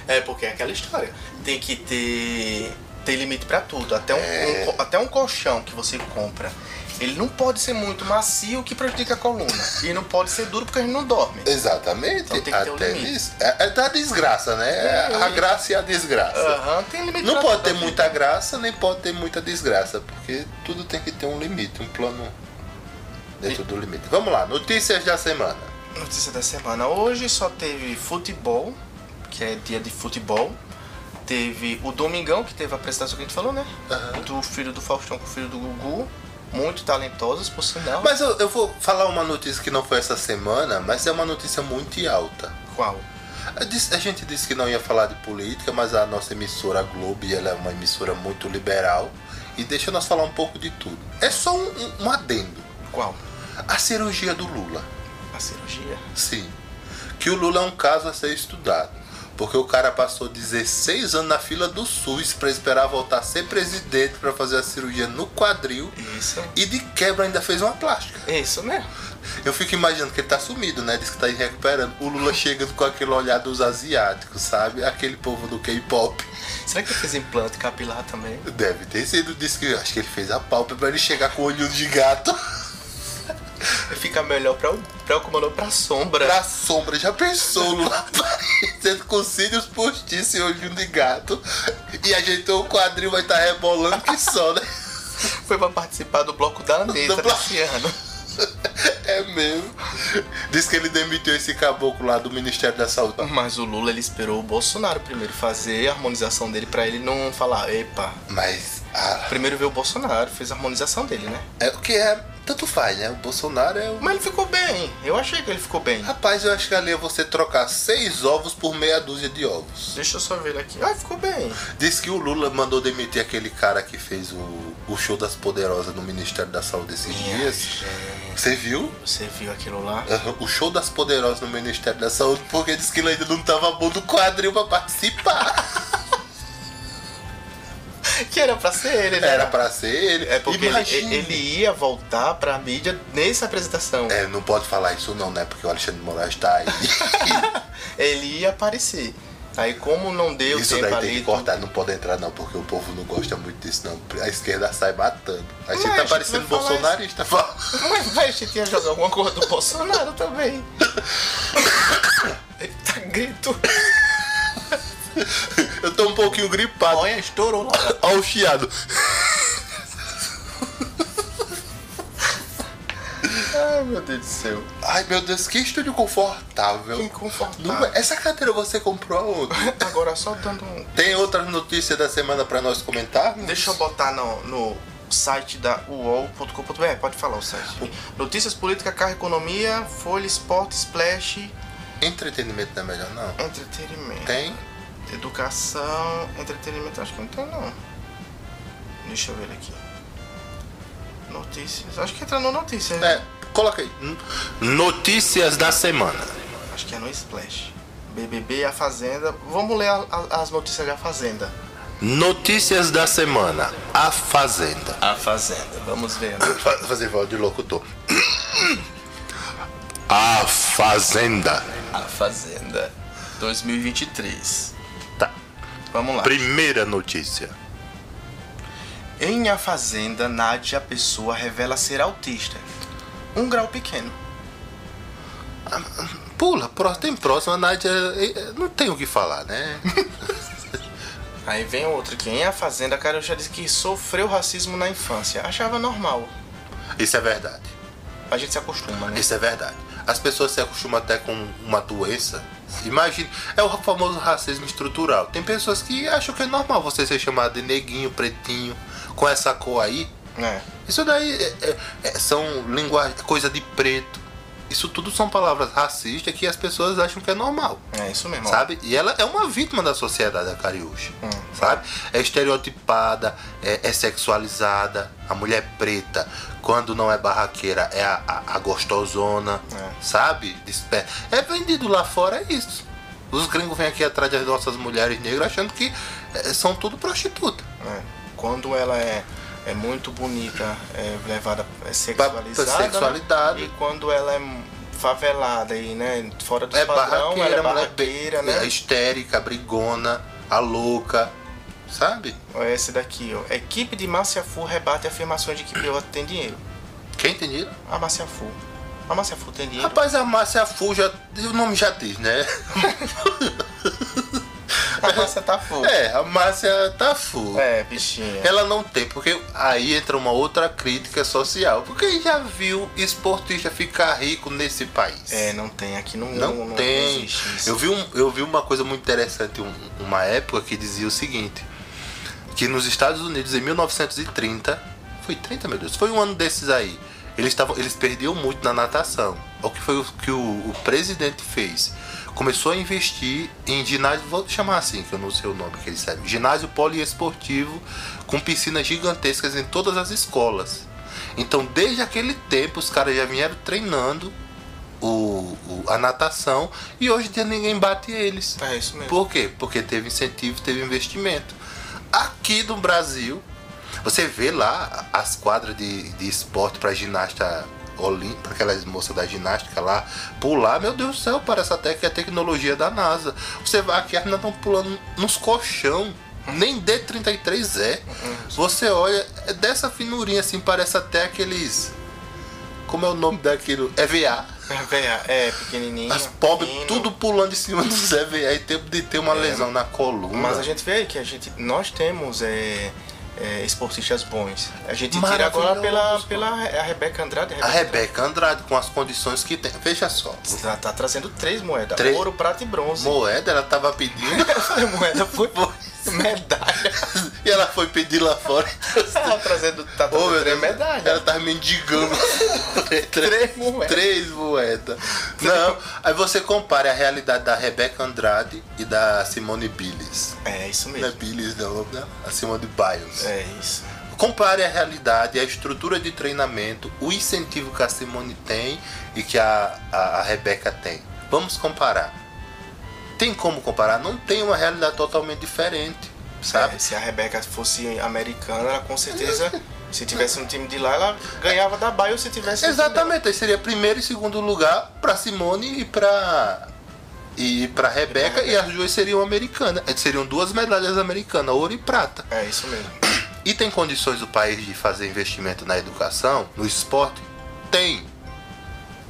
[SPEAKER 2] É, porque é aquela história. Tem que ter, ter limite pra tudo. Até um,
[SPEAKER 3] É.
[SPEAKER 2] um co- até um colchão que você compra. Ele não pode ser muito macio que prejudica a coluna. E não pode ser duro porque a gente não dorme.
[SPEAKER 3] Exatamente.
[SPEAKER 2] Então tem que ter um
[SPEAKER 3] até
[SPEAKER 2] limite. um
[SPEAKER 3] isso. É, é da desgraça, né? É a graça e a desgraça.
[SPEAKER 2] Aham, tem limite
[SPEAKER 3] Não
[SPEAKER 2] pra
[SPEAKER 3] pode
[SPEAKER 2] tudo
[SPEAKER 3] ter
[SPEAKER 2] na vida.
[SPEAKER 3] muita graça, nem pode ter muita desgraça, porque tudo tem que ter um limite, um plano dentro do limite. Vamos lá, notícias da semana.
[SPEAKER 2] Notícia da semana. Hoje só teve futebol, que é dia de futebol. Teve o Domingão, que teve a apresentação que a gente falou, né?
[SPEAKER 3] Aham.
[SPEAKER 2] Do filho do Faustão com o filho do Gugu. Muito talentosos, por sinal.
[SPEAKER 3] Mas eu, eu vou falar uma notícia que não foi essa semana, mas é uma notícia muito alta.
[SPEAKER 2] Qual?
[SPEAKER 3] Eu disse- A gente disse que não ia falar de política, mas a nossa emissora a Globo ela é uma emissora muito liberal e deixa nós falar um pouco de tudo. É só um- um- um adendo.
[SPEAKER 2] Qual?
[SPEAKER 3] A cirurgia do Lula.
[SPEAKER 2] A cirurgia.
[SPEAKER 3] Sim. Que o Lula é um caso a ser estudado. Porque o cara passou 16 anos na fila do SUS pra esperar voltar a ser presidente pra fazer a cirurgia no quadril.
[SPEAKER 2] Isso.
[SPEAKER 3] E de quebra ainda fez uma plástica.
[SPEAKER 2] Isso né? mesmo.
[SPEAKER 3] Eu fico imaginando que ele tá sumido, né? Diz que tá aí recuperando. O Lula chega com aquele olhar dos asiáticos, sabe? Aquele povo do K-pop.
[SPEAKER 2] Será que ele fez implante capilar também?
[SPEAKER 3] Deve ter sido. Diz que acho que ele fez a pálpebra ele chegar com o olho de gato
[SPEAKER 2] Fica melhor pra, pra o comandante pra sombra.
[SPEAKER 3] pra sombra. Já pensou o Lula aparecendo com cílios postiços e olhinho de gato? E ajeitou o um quadril, vai estar rebolando que só, né?
[SPEAKER 2] Foi pra participar do bloco da Anitta
[SPEAKER 3] Do bloco.
[SPEAKER 2] desse ano.
[SPEAKER 3] É mesmo. Diz que ele demitiu esse caboclo lá do Ministério da Saúde.
[SPEAKER 2] Mas o Lula, ele esperou o Bolsonaro primeiro fazer a harmonização dele pra ele não falar, epa,
[SPEAKER 3] Mas, ah,
[SPEAKER 2] Primeiro veio o Bolsonaro, fez a harmonização dele, né?
[SPEAKER 3] é o que é. Tanto faz, né? O Bolsonaro é o.
[SPEAKER 2] Mas ele ficou bem, eu achei que ele ficou bem.
[SPEAKER 3] Rapaz, eu acho que ali é você trocar seis ovos por meia dúzia de ovos.
[SPEAKER 2] Deixa eu só ver ele aqui. Ah, ficou bem.
[SPEAKER 3] Diz que o Lula mandou demitir aquele cara que fez o, o show das poderosas no Ministério da Saúde esses dias. Você viu?
[SPEAKER 2] Você viu aquilo lá?
[SPEAKER 3] Aham, O show das poderosas no Ministério da Saúde, porque disse que ele ainda não tava bom do quadril pra participar.
[SPEAKER 2] Que era pra ser ele, né?
[SPEAKER 3] Era pra ser ele.
[SPEAKER 2] É porque ele,
[SPEAKER 3] Imagine.
[SPEAKER 2] ele ia voltar pra mídia nessa apresentação.
[SPEAKER 3] É, não pode falar isso não, né? Porque o Alexandre de Moraes tá aí.
[SPEAKER 2] Ele ia aparecer. Aí como não deu
[SPEAKER 3] isso
[SPEAKER 2] tempo
[SPEAKER 3] daí
[SPEAKER 2] ali...
[SPEAKER 3] tem que cortar, não pode entrar não, porque o povo não gosta muito disso não. A esquerda sai matando. A gente
[SPEAKER 2] Mas a
[SPEAKER 3] tá
[SPEAKER 2] gente
[SPEAKER 3] parecendo
[SPEAKER 2] vai falar isso.
[SPEAKER 3] bolsonarista falando.
[SPEAKER 2] Mas vai, a gente ia jogar alguma coisa do Bolsonaro também. ele tá grito.
[SPEAKER 3] Eu tô um pouquinho gripado.
[SPEAKER 2] Olha, estourou lá.
[SPEAKER 3] Olha o chiado.
[SPEAKER 2] Ai, meu Deus do céu.
[SPEAKER 3] Ai meu Deus, que estúdio confortável.
[SPEAKER 2] Que
[SPEAKER 3] Não
[SPEAKER 2] inconfortável.
[SPEAKER 3] é- Essa cadeira você comprou aonde?
[SPEAKER 2] Agora só dando um...
[SPEAKER 3] Tem outras notícias da semana pra nós comentarmos?
[SPEAKER 2] Deixa eu botar no, no site da uol.com.br, pode falar o site. Notícias, política, carro, economia, folha, esporte, splash,
[SPEAKER 3] Entretenimento não é melhor não.
[SPEAKER 2] entretenimento.
[SPEAKER 3] Tem?
[SPEAKER 2] Educação, entretenimento, acho que não tem não. Deixa eu ver aqui. Notícias, acho que entra no notícias. né?
[SPEAKER 3] É, coloca aí. Notícias da semana.
[SPEAKER 2] Acho que é no splash. BBB, a Fazenda. Vamos ler a- a- as notícias da Fazenda.
[SPEAKER 3] Notícias da semana. A Fazenda.
[SPEAKER 2] A Fazenda, vamos ver. né?
[SPEAKER 3] Fa- Fazer voz de locutor. A Fazenda.
[SPEAKER 2] A Fazenda 2023.
[SPEAKER 3] Tá.
[SPEAKER 2] Vamos lá.
[SPEAKER 3] Primeira notícia.
[SPEAKER 2] Em A Fazenda, Nádia Pessoa revela ser autista. Um grau pequeno.
[SPEAKER 3] Pula, pró- tem próxima, Nádia. eh, eh, Não tem o que falar, né?
[SPEAKER 2] Aí vem outro aqui. Em A Fazenda, a Carol já disse que sofreu racismo na infância. Achava normal.
[SPEAKER 3] Isso é verdade.
[SPEAKER 2] A gente se acostuma, né?
[SPEAKER 3] Isso é verdade. As pessoas se acostumam até com uma doença. Imagina, é o famoso racismo estrutural. Tem pessoas que acham que é normal você ser chamado de neguinho, pretinho, com essa cor aí.
[SPEAKER 2] É.
[SPEAKER 3] Isso daí é- é- é- são linguagem, coisa de preto. Isso tudo são palavras racistas que as pessoas acham que é normal.
[SPEAKER 2] É isso mesmo. ó.
[SPEAKER 3] Sabe? E ela é uma vítima da sociedade, a Cariúcha.
[SPEAKER 2] Hum.
[SPEAKER 3] Sabe? É estereotipada, é, é sexualizada. A mulher preta, quando não é barraqueira, é a, a- a gostosona.
[SPEAKER 2] É.
[SPEAKER 3] Sabe? Despe- É vendido lá fora, é isso. Os gringos vêm aqui atrás das nossas mulheres negras achando que eh, são tudo prostituta.
[SPEAKER 2] É. Quando ela é, é muito bonita, é levada, é
[SPEAKER 3] Pra-
[SPEAKER 2] sexualizada.
[SPEAKER 3] pra
[SPEAKER 2] né?
[SPEAKER 3] Sexualidade.
[SPEAKER 2] E quando ela é favelada e né, fora do
[SPEAKER 3] É
[SPEAKER 2] padrão,
[SPEAKER 3] barraqueira,
[SPEAKER 2] ela é
[SPEAKER 3] mulher
[SPEAKER 2] barraqueira, né?
[SPEAKER 3] É histérica, brigona, a louca, sabe?
[SPEAKER 2] Ó, Esse daqui, ó. Equipe de Márcia Fu rebate a afirmação de que Biota tem dinheiro.
[SPEAKER 3] Quem tem dinheiro?
[SPEAKER 2] A Márcia Fu. A Márcia Fu tem dinheiro.
[SPEAKER 3] Rapaz, a Márcia Fu já. O nome já diz, né?
[SPEAKER 2] A Márcia tá full. É,
[SPEAKER 3] É, a Márcia tá Fu.
[SPEAKER 2] bichinha.
[SPEAKER 3] Ela não tem, porque aí entra uma outra crítica social. Porque já viu esportista ficar rico nesse país?
[SPEAKER 2] É, não tem. Aqui não,
[SPEAKER 3] Não,
[SPEAKER 2] não
[SPEAKER 3] tem.
[SPEAKER 2] existe isso.
[SPEAKER 3] Eu vi, um- eu vi uma coisa muito interessante, um- uma época que dizia o seguinte: que nos Estados Unidos, em 1930, foi 30, meu Deus, foi um ano desses aí. Eles, tavam, eles perdiam muito na natação. É O que foi o que o, o presidente fez? Começou a investir em ginásio, vou chamar assim, que eu não sei o nome que ele serve, ginásio poliesportivo com piscinas gigantescas em todas as escolas. Então, desde aquele tempo, os caras já vieram treinando o, o- a natação e hoje em dia ninguém bate eles.
[SPEAKER 2] É isso mesmo.
[SPEAKER 3] Por quê? Porque teve incentivo, teve investimento. Aqui no Brasil, você vê lá as quadras de, de esporte para ginasta olímpica, aquelas moças da ginástica lá, pular, meu Deus do céu, parece até que é tecnologia da NASA. Você vai aqui, as meninas estão pulando nos colchão. Nem D33 é. Você olha, é dessa finurinha assim, parece até aqueles. Como é o nome daquilo? EVA.
[SPEAKER 2] Véia, é, pequenininha.
[SPEAKER 3] As pobres
[SPEAKER 2] pequeno.
[SPEAKER 3] tudo pulando em cima do Zé Veia aí tempo de ter uma lesão na coluna.
[SPEAKER 2] É. Mas a gente vê aí que a gente, nós temos é, é, esportistas bons. A gente tira
[SPEAKER 3] Maravilhosos,
[SPEAKER 2] agora pela,
[SPEAKER 3] pô.
[SPEAKER 2] pela a Rebeca Andrade.
[SPEAKER 3] A Rebeca Andrade, com as condições que tem. Veja só.
[SPEAKER 2] Andrade tá, tá trazendo três moedas:
[SPEAKER 3] Três.
[SPEAKER 2] ouro, prata e bronze.
[SPEAKER 3] Moeda, ela tava pedindo
[SPEAKER 2] moeda foi medalha.
[SPEAKER 3] e ela foi pedir lá fora.
[SPEAKER 2] tá trazendo, tá
[SPEAKER 3] Ô,
[SPEAKER 2] trazendo
[SPEAKER 3] meu
[SPEAKER 2] três
[SPEAKER 3] Deus,
[SPEAKER 2] medalhas.
[SPEAKER 3] Ela tava mendigando. três,
[SPEAKER 2] Três moedas.
[SPEAKER 3] Três moedas. Não, aí você compara a realidade da Rebeca Andrade e da Simone Biles.
[SPEAKER 2] É isso
[SPEAKER 3] Não é
[SPEAKER 2] mesmo.
[SPEAKER 3] Biles, não, né? A Simone Biles.
[SPEAKER 2] É isso.
[SPEAKER 3] Compare a realidade, a estrutura de treinamento, o incentivo que a Simone tem e que a, a, a Rebeca tem. Vamos comparar. Tem como comparar? Não tem uma realidade totalmente diferente, sabe?
[SPEAKER 2] É, se a Rebeca fosse americana, ela com certeza, se tivesse um time de lá, ela ganhava da Baia ou se tivesse. um time
[SPEAKER 3] Exatamente, aí seria primeiro e segundo lugar para Simone e para e para Rebeca e as duas seriam americanas. eh, Seriam duas medalhas americanas, ouro e prata.
[SPEAKER 2] da- É isso mesmo.
[SPEAKER 3] E tem condições o país de fazer investimento na educação, no esporte? Tem.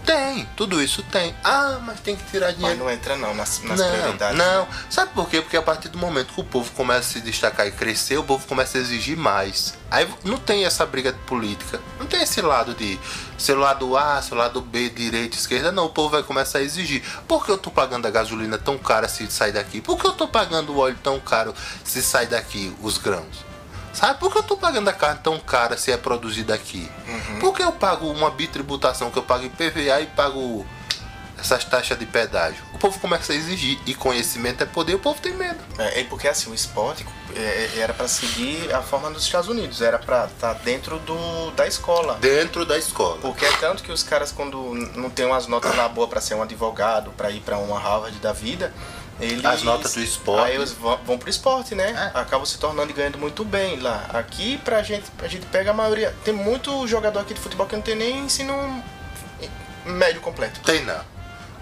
[SPEAKER 3] Tem, tudo isso tem. Ah, mas tem que tirar
[SPEAKER 2] Mas
[SPEAKER 3] dinheiro.
[SPEAKER 2] não entra não nas, nas
[SPEAKER 3] não,
[SPEAKER 2] prioridades.
[SPEAKER 3] não. Sabe por quê? Porque a partir do momento que o povo começa a se destacar e crescer, o povo começa a exigir mais. Aí não tem essa briga política. Não tem esse lado de seu lado A, seu lado B, direita, esquerda. Não, o povo vai começar a exigir. Por que eu tô pagando a gasolina tão cara se sair daqui? Por que eu tô pagando o óleo tão caro se sai daqui os grãos? Sabe por que eu tô pagando a carne tão cara se é produzida aqui?
[SPEAKER 2] Uhum.
[SPEAKER 3] Por que eu pago uma bitributação que eu pago em PVA e pago essas taxas de pedágio? O povo começa a exigir e conhecimento é poder, o povo tem medo.
[SPEAKER 2] É, é porque assim, o esporte é, era pra seguir a forma dos Estados Unidos, era pra estar dentro do, da escola.
[SPEAKER 3] Dentro da escola.
[SPEAKER 2] Porque é tanto que os caras, quando n- não tem umas notas lá boas pra ser um advogado, pra ir pra uma Harvard da vida, eles.
[SPEAKER 3] As notas do esporte.
[SPEAKER 2] Aí eles vão, vão pro esporte, né?
[SPEAKER 3] É.
[SPEAKER 2] Acabam se tornando e ganhando muito bem lá. Aqui, pra gente, a gente pega a maioria. Tem muito jogador aqui de futebol que não tem nem ensino médio completo.
[SPEAKER 3] Tem não.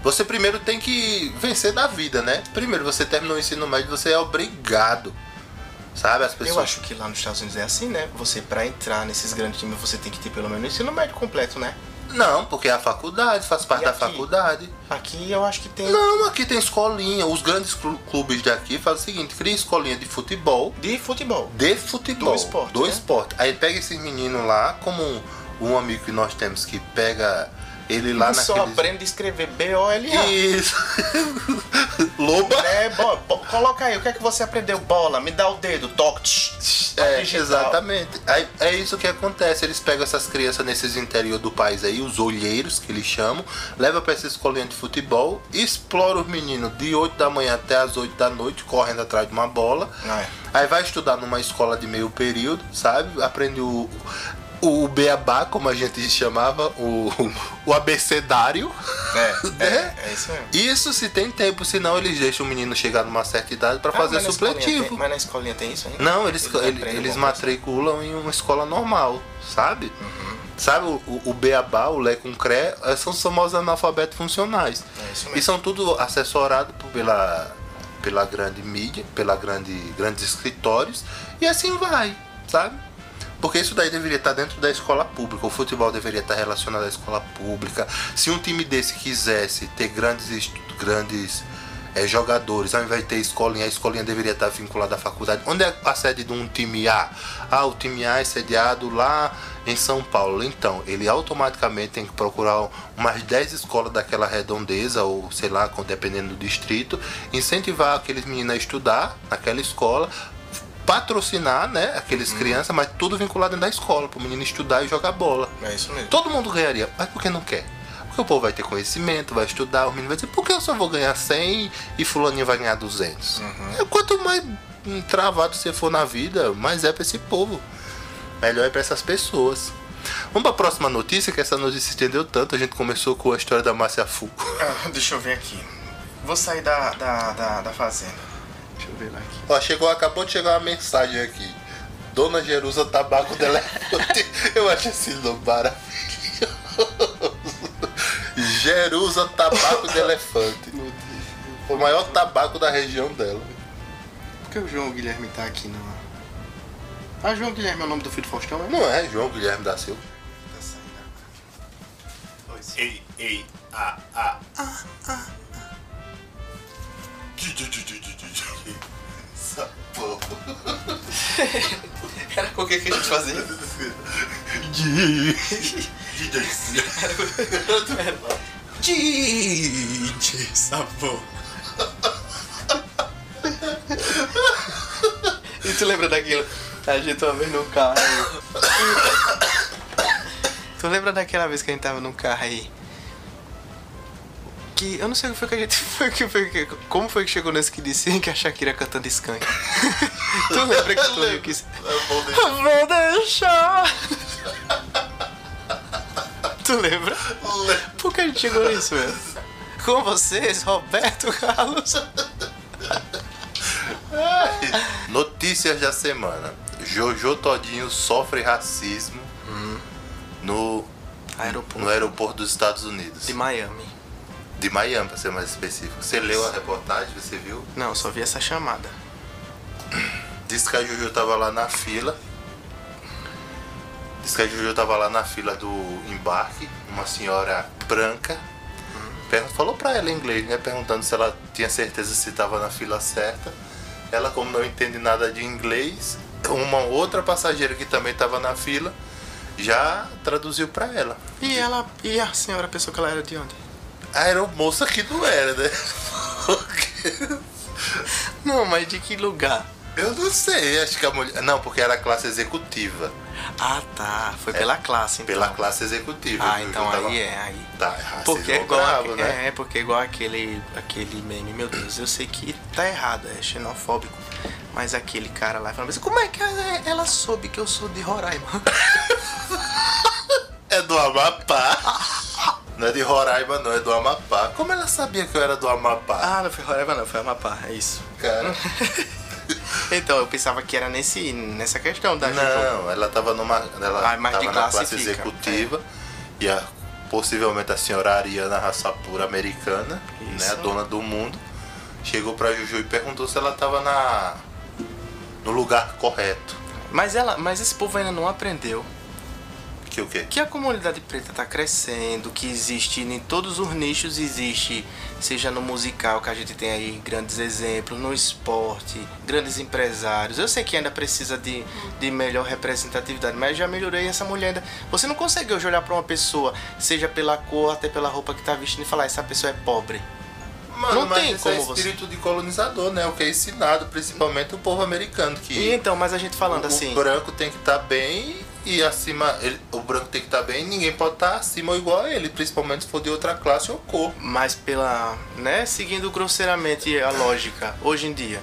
[SPEAKER 3] Você primeiro tem que vencer da vida, né? Primeiro você terminou o ensino médio, você é obrigado. Sabe, as pessoas.
[SPEAKER 2] Eu acho que lá nos Estados Unidos é assim, né? Você, pra entrar nesses grandes times, você tem que ter pelo menos ensino médio completo, né?
[SPEAKER 3] Não, porque é a faculdade, faz parte
[SPEAKER 2] E
[SPEAKER 3] da
[SPEAKER 2] aqui?
[SPEAKER 3] faculdade.
[SPEAKER 2] Aqui eu acho que tem.
[SPEAKER 3] Não, aqui tem escolinha. Os grandes clu- clubes daqui fazem o seguinte: cria escolinha de futebol.
[SPEAKER 2] De futebol.
[SPEAKER 3] De futebol.
[SPEAKER 2] Do esporte,
[SPEAKER 3] Do
[SPEAKER 2] né?
[SPEAKER 3] esporte. Aí pega esse menino lá, como um, um amigo que nós temos que pega ele lá
[SPEAKER 2] Não só
[SPEAKER 3] naqueles-
[SPEAKER 2] aprende a escrever B-O-L-A.
[SPEAKER 3] Isso. Loba.
[SPEAKER 2] É, bo- bo- coloca aí, o que é que você aprendeu? Bola, me dá o dedo, toque. tch, tch.
[SPEAKER 3] É,
[SPEAKER 2] digital.
[SPEAKER 3] exatamente. Aí, é isso que acontece. Eles pegam essas crianças nesses interior do país aí, os olheiros que eles chamam, levam pra essa escolinha de futebol, exploram os meninos de 8 da manhã até as 8 da noite, correndo atrás de uma bola.
[SPEAKER 2] Ah, é.
[SPEAKER 3] Aí vai estudar numa escola de meio período, sabe? Aprende o. O beabá, como a gente chamava, o, o abecedário.
[SPEAKER 2] É,
[SPEAKER 3] né?
[SPEAKER 2] é, é isso mesmo.
[SPEAKER 3] Isso se tem tempo, senão eles deixam o menino chegar numa certa idade pra
[SPEAKER 2] Ah,
[SPEAKER 3] fazer
[SPEAKER 2] mas na escolinha
[SPEAKER 3] supletivo.
[SPEAKER 2] tem- mas na escolinha tem isso ainda?
[SPEAKER 3] Não, eles, ele-
[SPEAKER 2] aprendem
[SPEAKER 3] eles
[SPEAKER 2] alguma
[SPEAKER 3] matriculam em uma escola normal, sabe?
[SPEAKER 2] Uhum.
[SPEAKER 3] Sabe o, o, o beabá, o lé com cré, eh, são os famosos analfabetos funcionais.
[SPEAKER 2] É isso
[SPEAKER 3] E
[SPEAKER 2] mesmo.
[SPEAKER 3] são tudo assessorado por- pela, pela grande mídia, pela grande grandes escritórios, e assim vai, sabe? Porque isso daí deveria estar dentro da escola pública, o futebol deveria estar relacionado à escola pública. Se um time desse quisesse ter grandes, estu- grandes eh, jogadores, ao invés de ter escolinha, a escolinha deveria estar vinculada à faculdade. Onde é a sede de um time A? Ah, o time A é sediado lá em São Paulo. Então, ele automaticamente tem que procurar umas 10 escolas daquela redondeza, ou sei lá, com- dependendo do distrito, incentivar aqueles meninos a estudar naquela escola, patrocinar, né, aqueles crianças, mas tudo vinculado dentro da escola, pro menino estudar e jogar bola.
[SPEAKER 2] É isso mesmo.
[SPEAKER 3] Todo mundo ganharia, mas por que não quer? Porque o povo vai ter conhecimento, vai estudar, o menino vai dizer, por que eu só vou ganhar 100 e fulaninho vai ganhar 200? É, Quanto mais hum, travado você for na vida, mais é pra esse povo. Melhor é pra essas pessoas. Vamos pra próxima notícia, que essa notícia estendeu tanto, a gente começou com a história da Márcia Foucault.
[SPEAKER 2] Ah, deixa eu ver aqui. Vou sair da, da, da, da fazenda. Deixa eu ver lá aqui.
[SPEAKER 3] Ó, chegou, acabou de chegar uma mensagem aqui. Dona Jerusa Tabaco Delefante. Eu acho esse nome maravilhoso. Jerusa Tabaco de Elefante.
[SPEAKER 2] Meu Deus.
[SPEAKER 3] O maior tabaco da região dela.
[SPEAKER 2] Por que o João Guilherme tá aqui não? Ah, João Guilherme é o nome do filho do Faustão, é?
[SPEAKER 3] Não é João Guilherme da Silva.
[SPEAKER 2] Tá
[SPEAKER 1] Ei, ei, a, a, a,
[SPEAKER 3] Sapão.
[SPEAKER 2] Era com o que que a gente fazia? DJ Sabor. e tu lembra daquilo? A gente uma vez no carro. tu lembra daquela vez que a gente tava num carro aí? Que eu não sei o que foi que a gente foi, que foi que, como foi que chegou nesse que disse que a Shakira cantando escanha. tu lembra que tu viu que isso?
[SPEAKER 3] Eu vou deixar-
[SPEAKER 2] Vou deixar. tu lembra? Por que a gente chegou nisso, velho? Com vocês, Roberto Carlos.
[SPEAKER 3] Notícias da semana. Jojo Todinho sofre racismo no,
[SPEAKER 2] Aeroporto
[SPEAKER 3] no aeroporto dos Estados Unidos.
[SPEAKER 2] de Miami.
[SPEAKER 3] De Miami, pra ser mais específico. Você leu a reportagem, você viu?
[SPEAKER 2] Não, só vi essa chamada.
[SPEAKER 3] Disse que a Juju tava lá na fila. Disse que a Juju tava lá na fila do embarque. Uma senhora branca. Pergun- Falou pra ela em inglês, né? Perguntando se ela tinha certeza se tava na fila certa. Ela, como não entende nada de inglês, uma outra passageira que também tava na fila já traduziu pra ela.
[SPEAKER 2] E ela. E a senhora pensou que ela era de onde?
[SPEAKER 3] Ah, era o moço que não era, né? Porque-
[SPEAKER 2] Não, mas de que lugar?
[SPEAKER 3] Eu não sei, acho que a mulher. Não, porque era a classe executiva.
[SPEAKER 2] Ah tá. Foi pela classe, então.
[SPEAKER 3] Pela classe executiva.
[SPEAKER 2] Ah,
[SPEAKER 3] Eu
[SPEAKER 2] então
[SPEAKER 3] tava-
[SPEAKER 2] aí é, aí.
[SPEAKER 3] Tá, racismo
[SPEAKER 2] Porque é igual,
[SPEAKER 3] brabo,
[SPEAKER 2] aque-
[SPEAKER 3] né?
[SPEAKER 2] é, porque é igual aquele, aquele meme, meu Deus, eu sei que tá errado, é xenofóbico. Mas aquele cara lá falando assim, como é que ela, ela soube que eu sou de Roraima?
[SPEAKER 3] É do Amapá. Não é de Roraima, não, é do Amapá. Como ela sabia que eu era do Amapá,
[SPEAKER 2] ah, não foi Roraima não, foi Tá Amapá, é isso.
[SPEAKER 3] cara?
[SPEAKER 2] Então, eu pensava que era nesse, nessa questão da Juju.
[SPEAKER 3] Não, ela tava numa. Ela
[SPEAKER 2] Ah, mas
[SPEAKER 3] tava
[SPEAKER 2] de
[SPEAKER 3] na
[SPEAKER 2] classe
[SPEAKER 3] classe
[SPEAKER 2] fica, é.
[SPEAKER 3] executiva. E a, possivelmente a senhora Ariana raça pura americana, né?
[SPEAKER 2] Isso.
[SPEAKER 3] A dona do mundo. Chegou pra Juju e perguntou se ela tava na. no lugar correto.
[SPEAKER 2] Mas, ela, mas esse povo ainda não aprendeu
[SPEAKER 3] Que o quê?
[SPEAKER 2] que a comunidade preta está crescendo, que existe em todos os nichos, existe, seja no musical, que a gente tem aí grandes exemplos, no esporte, grandes empresários. Eu sei que ainda precisa de, de melhor representatividade, mas já melhorei essa mulher ainda. Você não consegue tá hoje olhar para uma pessoa, seja pela cor, até pela roupa que está vestindo, e falar, essa pessoa é pobre.
[SPEAKER 3] Mano,
[SPEAKER 2] Não
[SPEAKER 3] mas
[SPEAKER 2] tem
[SPEAKER 3] esse
[SPEAKER 2] como
[SPEAKER 3] é
[SPEAKER 2] você-
[SPEAKER 3] espírito de colonizador, né? O que é ensinado, principalmente o povo americano, que
[SPEAKER 2] E então, mas a gente falando
[SPEAKER 3] o
[SPEAKER 2] assim.
[SPEAKER 3] branco tem que estar bem e acima. ele- o branco tem que estar bem e ninguém pode estar acima ou igual a ele, principalmente se for de outra classe ou cor.
[SPEAKER 2] Mas pela. né? Seguindo grosseiramente a lógica, hoje em dia.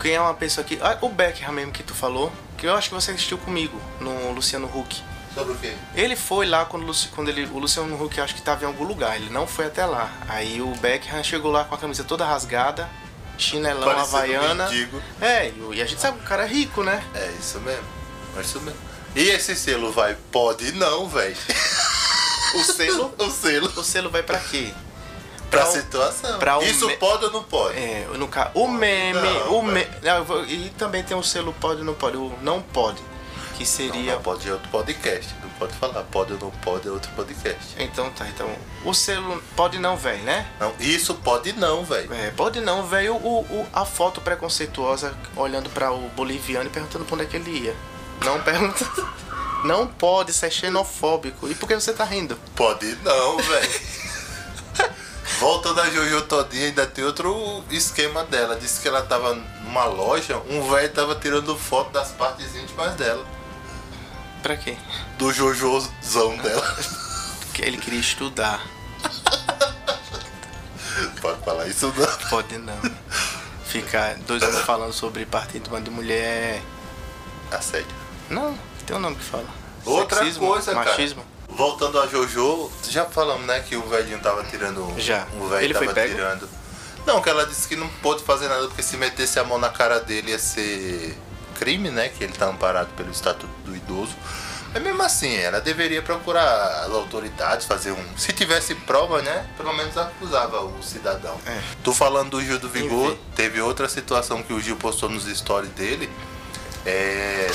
[SPEAKER 2] Quem é uma pessoa que. Ah, o Beckham mesmo que tu falou, que eu acho que você assistiu comigo, no Luciano Huck.
[SPEAKER 3] Sobre o quê?
[SPEAKER 2] Ele foi lá quando, o Luci- quando ele, o Luciano Huck acho que estava em algum lugar, ele não foi até lá. Aí o Beckham chegou lá com a camisa toda rasgada, chinelão,
[SPEAKER 3] Parecendo um
[SPEAKER 2] é havaiana.
[SPEAKER 3] mendigo.
[SPEAKER 2] É, e o- e a gente sabe que o cara é rico, né?
[SPEAKER 3] É isso mesmo. É isso mesmo. E esse selo vai? Pode não, velho.
[SPEAKER 2] O selo,
[SPEAKER 3] o selo
[SPEAKER 2] o selo vai pra quê?
[SPEAKER 3] pra
[SPEAKER 2] Pra um-
[SPEAKER 3] situação.
[SPEAKER 2] pra um
[SPEAKER 3] isso
[SPEAKER 2] me-
[SPEAKER 3] pode ou não pode?
[SPEAKER 2] É, no ca... O meme,
[SPEAKER 3] Não,
[SPEAKER 2] o meme. E também tem o selo pode ou não pode, o não pode. Que
[SPEAKER 3] Não,
[SPEAKER 2] seria.
[SPEAKER 3] não pode é outro podcast. Não pode falar pode ou não pode é outro podcast.
[SPEAKER 2] Então tá, então. O selo pode não, velho, né?
[SPEAKER 3] Não, isso pode não, velho.
[SPEAKER 2] É, pode não, velho, o, o- a foto preconceituosa olhando pra o boliviano e perguntando pra onde é que ele ia. Não pergunta. Não pode, isso é xenofóbico. E por que você tá rindo?
[SPEAKER 3] Pode não, velho. Voltando a Jojo Todinha, ainda tem outro esquema dela. Disse que ela tava numa loja, um velho tava tirando foto das partes íntimas dela.
[SPEAKER 2] Pra quê?
[SPEAKER 3] Do Jojozão dela.
[SPEAKER 2] Porque ele queria estudar.
[SPEAKER 3] pode falar isso não.
[SPEAKER 2] Pode não. Ficar dois anos falando sobre parte íntima de mulher.
[SPEAKER 3] Assédio.
[SPEAKER 2] Não, tem um nome que fala.
[SPEAKER 3] Outra
[SPEAKER 2] Sexismo,
[SPEAKER 3] coisa, cara.
[SPEAKER 2] machismo.
[SPEAKER 3] Voltando a Jojo, já falamos, né, que o velhinho tava tirando.
[SPEAKER 2] Já.
[SPEAKER 3] O velho
[SPEAKER 2] Ele
[SPEAKER 3] tava
[SPEAKER 2] foi pego?
[SPEAKER 3] tirando. Não, que ela disse que não pôde fazer nada porque se metesse a mão na cara dele ia ser crime, né? Que ele tá amparado pelo estatuto do idoso. Mas mesmo assim, ela deveria procurar as autoridades, fazer um. Se tivesse prova, né? Pelo menos acusava o cidadão.
[SPEAKER 2] É.
[SPEAKER 3] Tô falando do Gil do Vigor,
[SPEAKER 2] Enfim.
[SPEAKER 3] teve outra situação que o Gil postou nos stories dele. É,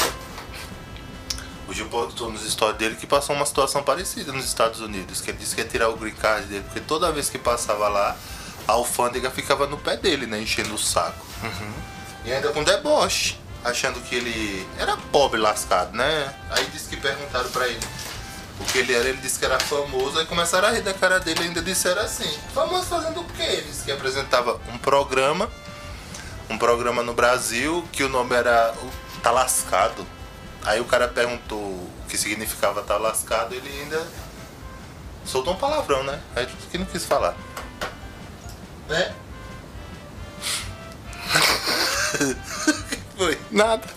[SPEAKER 3] o Gil postou nos stories dele que passou uma situação parecida nos Estados Unidos, que ele disse que ia tirar o green card dele, porque toda vez que passava lá, a alfândega ficava no pé dele, né? Enchendo o saco. E ainda com deboche, achando que ele era pobre lascado, né? Aí disse que perguntaram pra ele o que ele era, ele disse que era famoso, aí começaram a rir da cara dele e ainda disseram assim, famoso fazendo o quê? Ele disse que apresentava um programa, um programa no Brasil, que o nome era o Tá Lascado. Aí o cara perguntou o que significava Tá Lascado, ele ainda soltou um palavrão, né? Aí ele disse que não quis falar. Né? Foi.
[SPEAKER 2] Nada.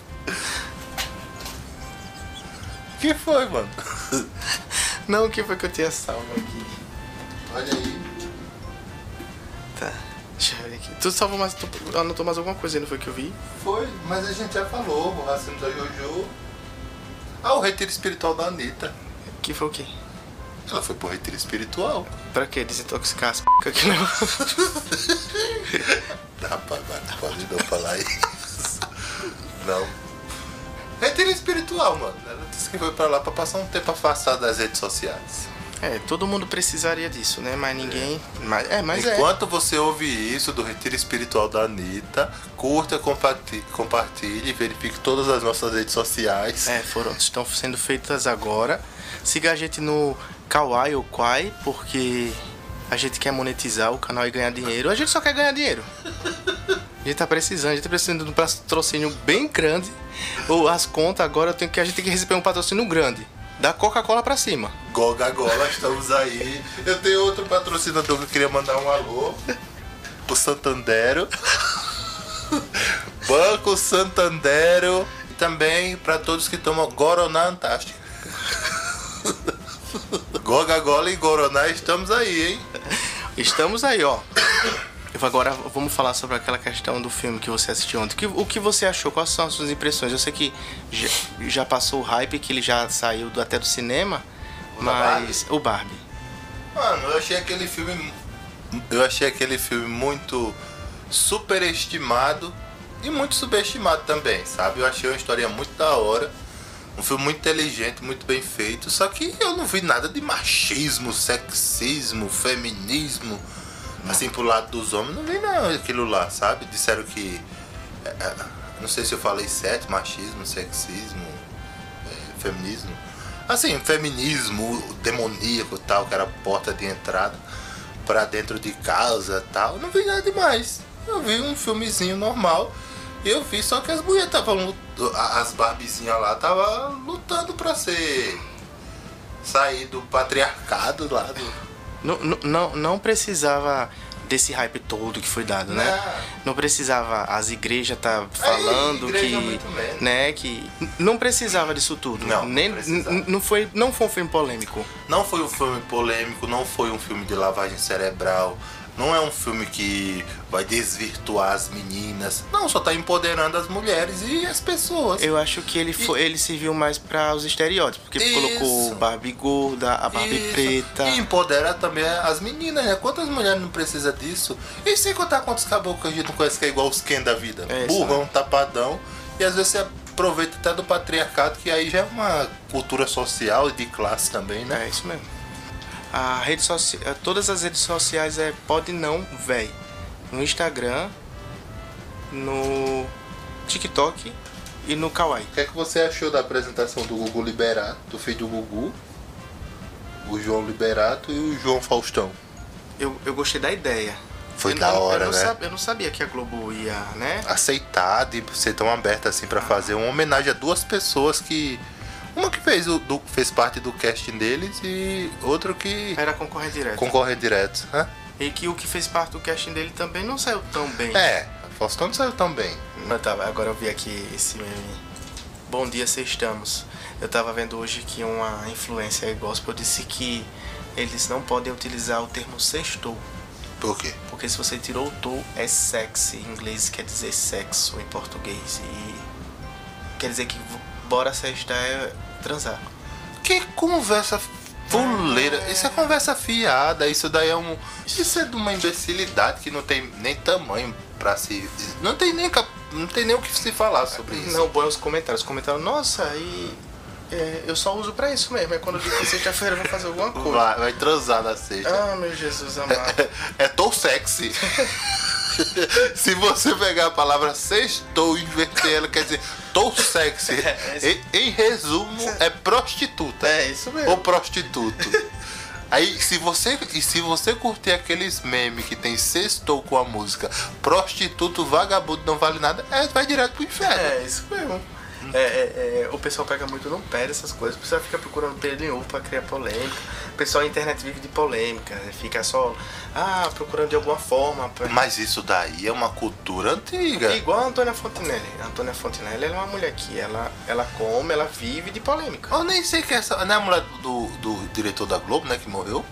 [SPEAKER 3] O que foi, mano?
[SPEAKER 2] Não, o que foi que eu tinha salvo aqui?
[SPEAKER 3] Olha aí.
[SPEAKER 2] Tá. Deixa eu ver aqui. Tu salvou mais. Tu anotou mais alguma coisa aí, não foi que eu vi?
[SPEAKER 3] Foi, mas a gente já falou, o racismo da Jojo. Ah, o retiro espiritual da Anitta.
[SPEAKER 2] Que foi o quê?
[SPEAKER 3] Ela foi pro retiro espiritual.
[SPEAKER 2] Pra quê? Desintoxicar as p que não.
[SPEAKER 3] Rapaz, não pode não falar isso. Não. Retiro espiritual, mano. Ela disse que foi pra lá pra passar um tempo afastado das redes sociais.
[SPEAKER 2] É, todo mundo precisaria disso, né? Mas ninguém. Mas, é, mas é.
[SPEAKER 3] Enquanto você ouve isso do Retiro Espiritual da Anitta, curta, compati- compartilhe, verifique todas as nossas redes sociais.
[SPEAKER 2] É, foram, estão sendo feitas agora. Siga a gente no Kawaii ou Kwai, porque a gente quer monetizar o canal e ganhar dinheiro. A gente só quer ganhar dinheiro. A gente tá precisando, a gente tá precisando de um patrocínio bem grande. Ou as contas agora eu tenho que a gente tem que receber um patrocínio grande. Da Coca-Cola pra cima.
[SPEAKER 3] Goga Gola, estamos aí. Eu tenho outro patrocinador que eu queria mandar um alô. O Santandero. Banco Santandero. E também para todos que tomam Goroná Antártica. Goga Gola e Goroná, estamos aí, hein?
[SPEAKER 2] Estamos aí, ó. Eu vou- Agora vamos falar sobre aquela questão do filme que você assistiu ontem. O que- O que você achou? Quais são as suas impressões? Eu sei que já, já passou o hype, que ele já saiu do- até do cinema,
[SPEAKER 3] O da
[SPEAKER 2] mas. O Barbie.
[SPEAKER 3] Mano, eu achei aquele filme. Eu achei aquele filme muito superestimado e muito subestimado também, sabe? Eu achei uma história muito da hora. Um filme muito inteligente, muito bem feito. Só que eu não vi nada de machismo, sexismo, feminismo. Assim, pro lado dos homens, não vi não aquilo lá, sabe? Disseram que. é, é, não sei se eu falei certo, machismo, sexismo é, feminismo. Assim, feminismo demoníaco e tal, que era a porta de entrada. pra dentro de casa tal. Não vi nada demais. Eu vi um filmezinho normal. Eu vi só que as mulheres estavam. lut- a- As barbizinhas lá estavam lutando pra ser. sair do patriarcado lá do. né?
[SPEAKER 2] Não, não- não, não precisava desse hype todo que foi dado, né? Não, precisava as igrejas tá falando
[SPEAKER 3] igreja é muito menos.
[SPEAKER 2] que, né, que não precisava disso tudo.
[SPEAKER 3] Não, não
[SPEAKER 2] Nem,
[SPEAKER 3] precisava.
[SPEAKER 2] n- não foi, não foi um filme polêmico.
[SPEAKER 3] Não foi um filme polêmico, não foi um filme de lavagem cerebral, não é um filme que vai desvirtuar as meninas. Não, só tá empoderando as mulheres e as pessoas.
[SPEAKER 2] Eu acho que ele foi, ele serviu mais para os estereótipos, porque
[SPEAKER 3] Isso.
[SPEAKER 2] colocou Barbie gorda, a Barbie
[SPEAKER 3] Isso.
[SPEAKER 2] preta.
[SPEAKER 3] E empodera também as meninas, né? Quantas mulheres não precisam disso? E sem contar quantos caboclos que a gente não conhece que é igual os Ken da vida.
[SPEAKER 2] É,
[SPEAKER 3] Burrão, tapadão. E às vezes você aproveita até do patriarcado, que aí já é uma cultura social e de classe também, né?
[SPEAKER 2] É isso mesmo. A rede social, todas as redes sociais é pode não, véi. No Instagram, no TikTok e no Kawaii.
[SPEAKER 3] O que é que você achou da apresentação do Gugu Liberato, do filho do Gugu, o João Liberato e o João Faustão?
[SPEAKER 2] Eu, eu gostei da ideia.
[SPEAKER 3] Foi
[SPEAKER 2] eu,
[SPEAKER 3] da
[SPEAKER 2] eu- eu
[SPEAKER 3] hora,
[SPEAKER 2] não
[SPEAKER 3] né?
[SPEAKER 2] sab- eu não sabia que a Globo ia, né?
[SPEAKER 3] Aceitar de ser tão aberto assim pra fazer uma homenagem a duas pessoas que. Uma que fez, o, do- fez parte do casting deles e outro que
[SPEAKER 2] Era concorrente direto.
[SPEAKER 3] concorre direto. né?
[SPEAKER 2] E que o que fez parte do casting dele também não saiu tão bem.
[SPEAKER 3] É, Faustão não saiu tão bem.
[SPEAKER 2] Mas tá, agora eu vi aqui esse meme. Bom dia, sextamos. Eu tava vendo hoje que uma influência gospel disse que eles não podem utilizar o termo sextou.
[SPEAKER 3] Por quê?
[SPEAKER 2] Porque se você tirou o to, é sexy. Em inglês quer dizer sexo em português. E quer dizer que v- bora sextar é transar.
[SPEAKER 3] Que conversa fuleira. Isso é conversa fiada. Isso daí é um. Isso é de uma imbecilidade que não tem nem tamanho pra se. Não tem nem, cap- não tem nem o que se falar sobre isso.
[SPEAKER 2] Não, bom é os comentários. Comentaram, nossa, e é, eu só uso pra isso mesmo. É quando eu digo que sexta-feira eu vou fazer alguma coisa.
[SPEAKER 3] Vai, vai transar na sexta.
[SPEAKER 2] Ah, meu Jesus amado.
[SPEAKER 3] É tão sexy. Se você pegar a palavra sextou e inverter ela, quer dizer tão sexy.
[SPEAKER 2] É, é
[SPEAKER 3] Em, em resumo, é prostituta.
[SPEAKER 2] É isso mesmo.
[SPEAKER 3] ou prostituto. Aí, se você, e se você curtir aqueles memes que tem sextou com a música prostituto, vagabundo, não vale nada, é, vai direto pro inferno.
[SPEAKER 2] É, isso mesmo. É, é, é, o pessoal pega muito no pé dessas coisas, o pessoal fica procurando pelo em ovo pra criar polêmica. O pessoal na internet vive de polêmica, né? fica só, ah, procurando de alguma forma. Pra...
[SPEAKER 3] Mas isso daí é uma cultura antiga.
[SPEAKER 2] Igual a Antônia Fontinelli. A Antônia Fontinelli ela é uma mulher que ela, ela come, ela vive de polêmica.
[SPEAKER 3] Eu nem sei que essa. Não é a mulher do, do diretor da Globo, né? Que morreu?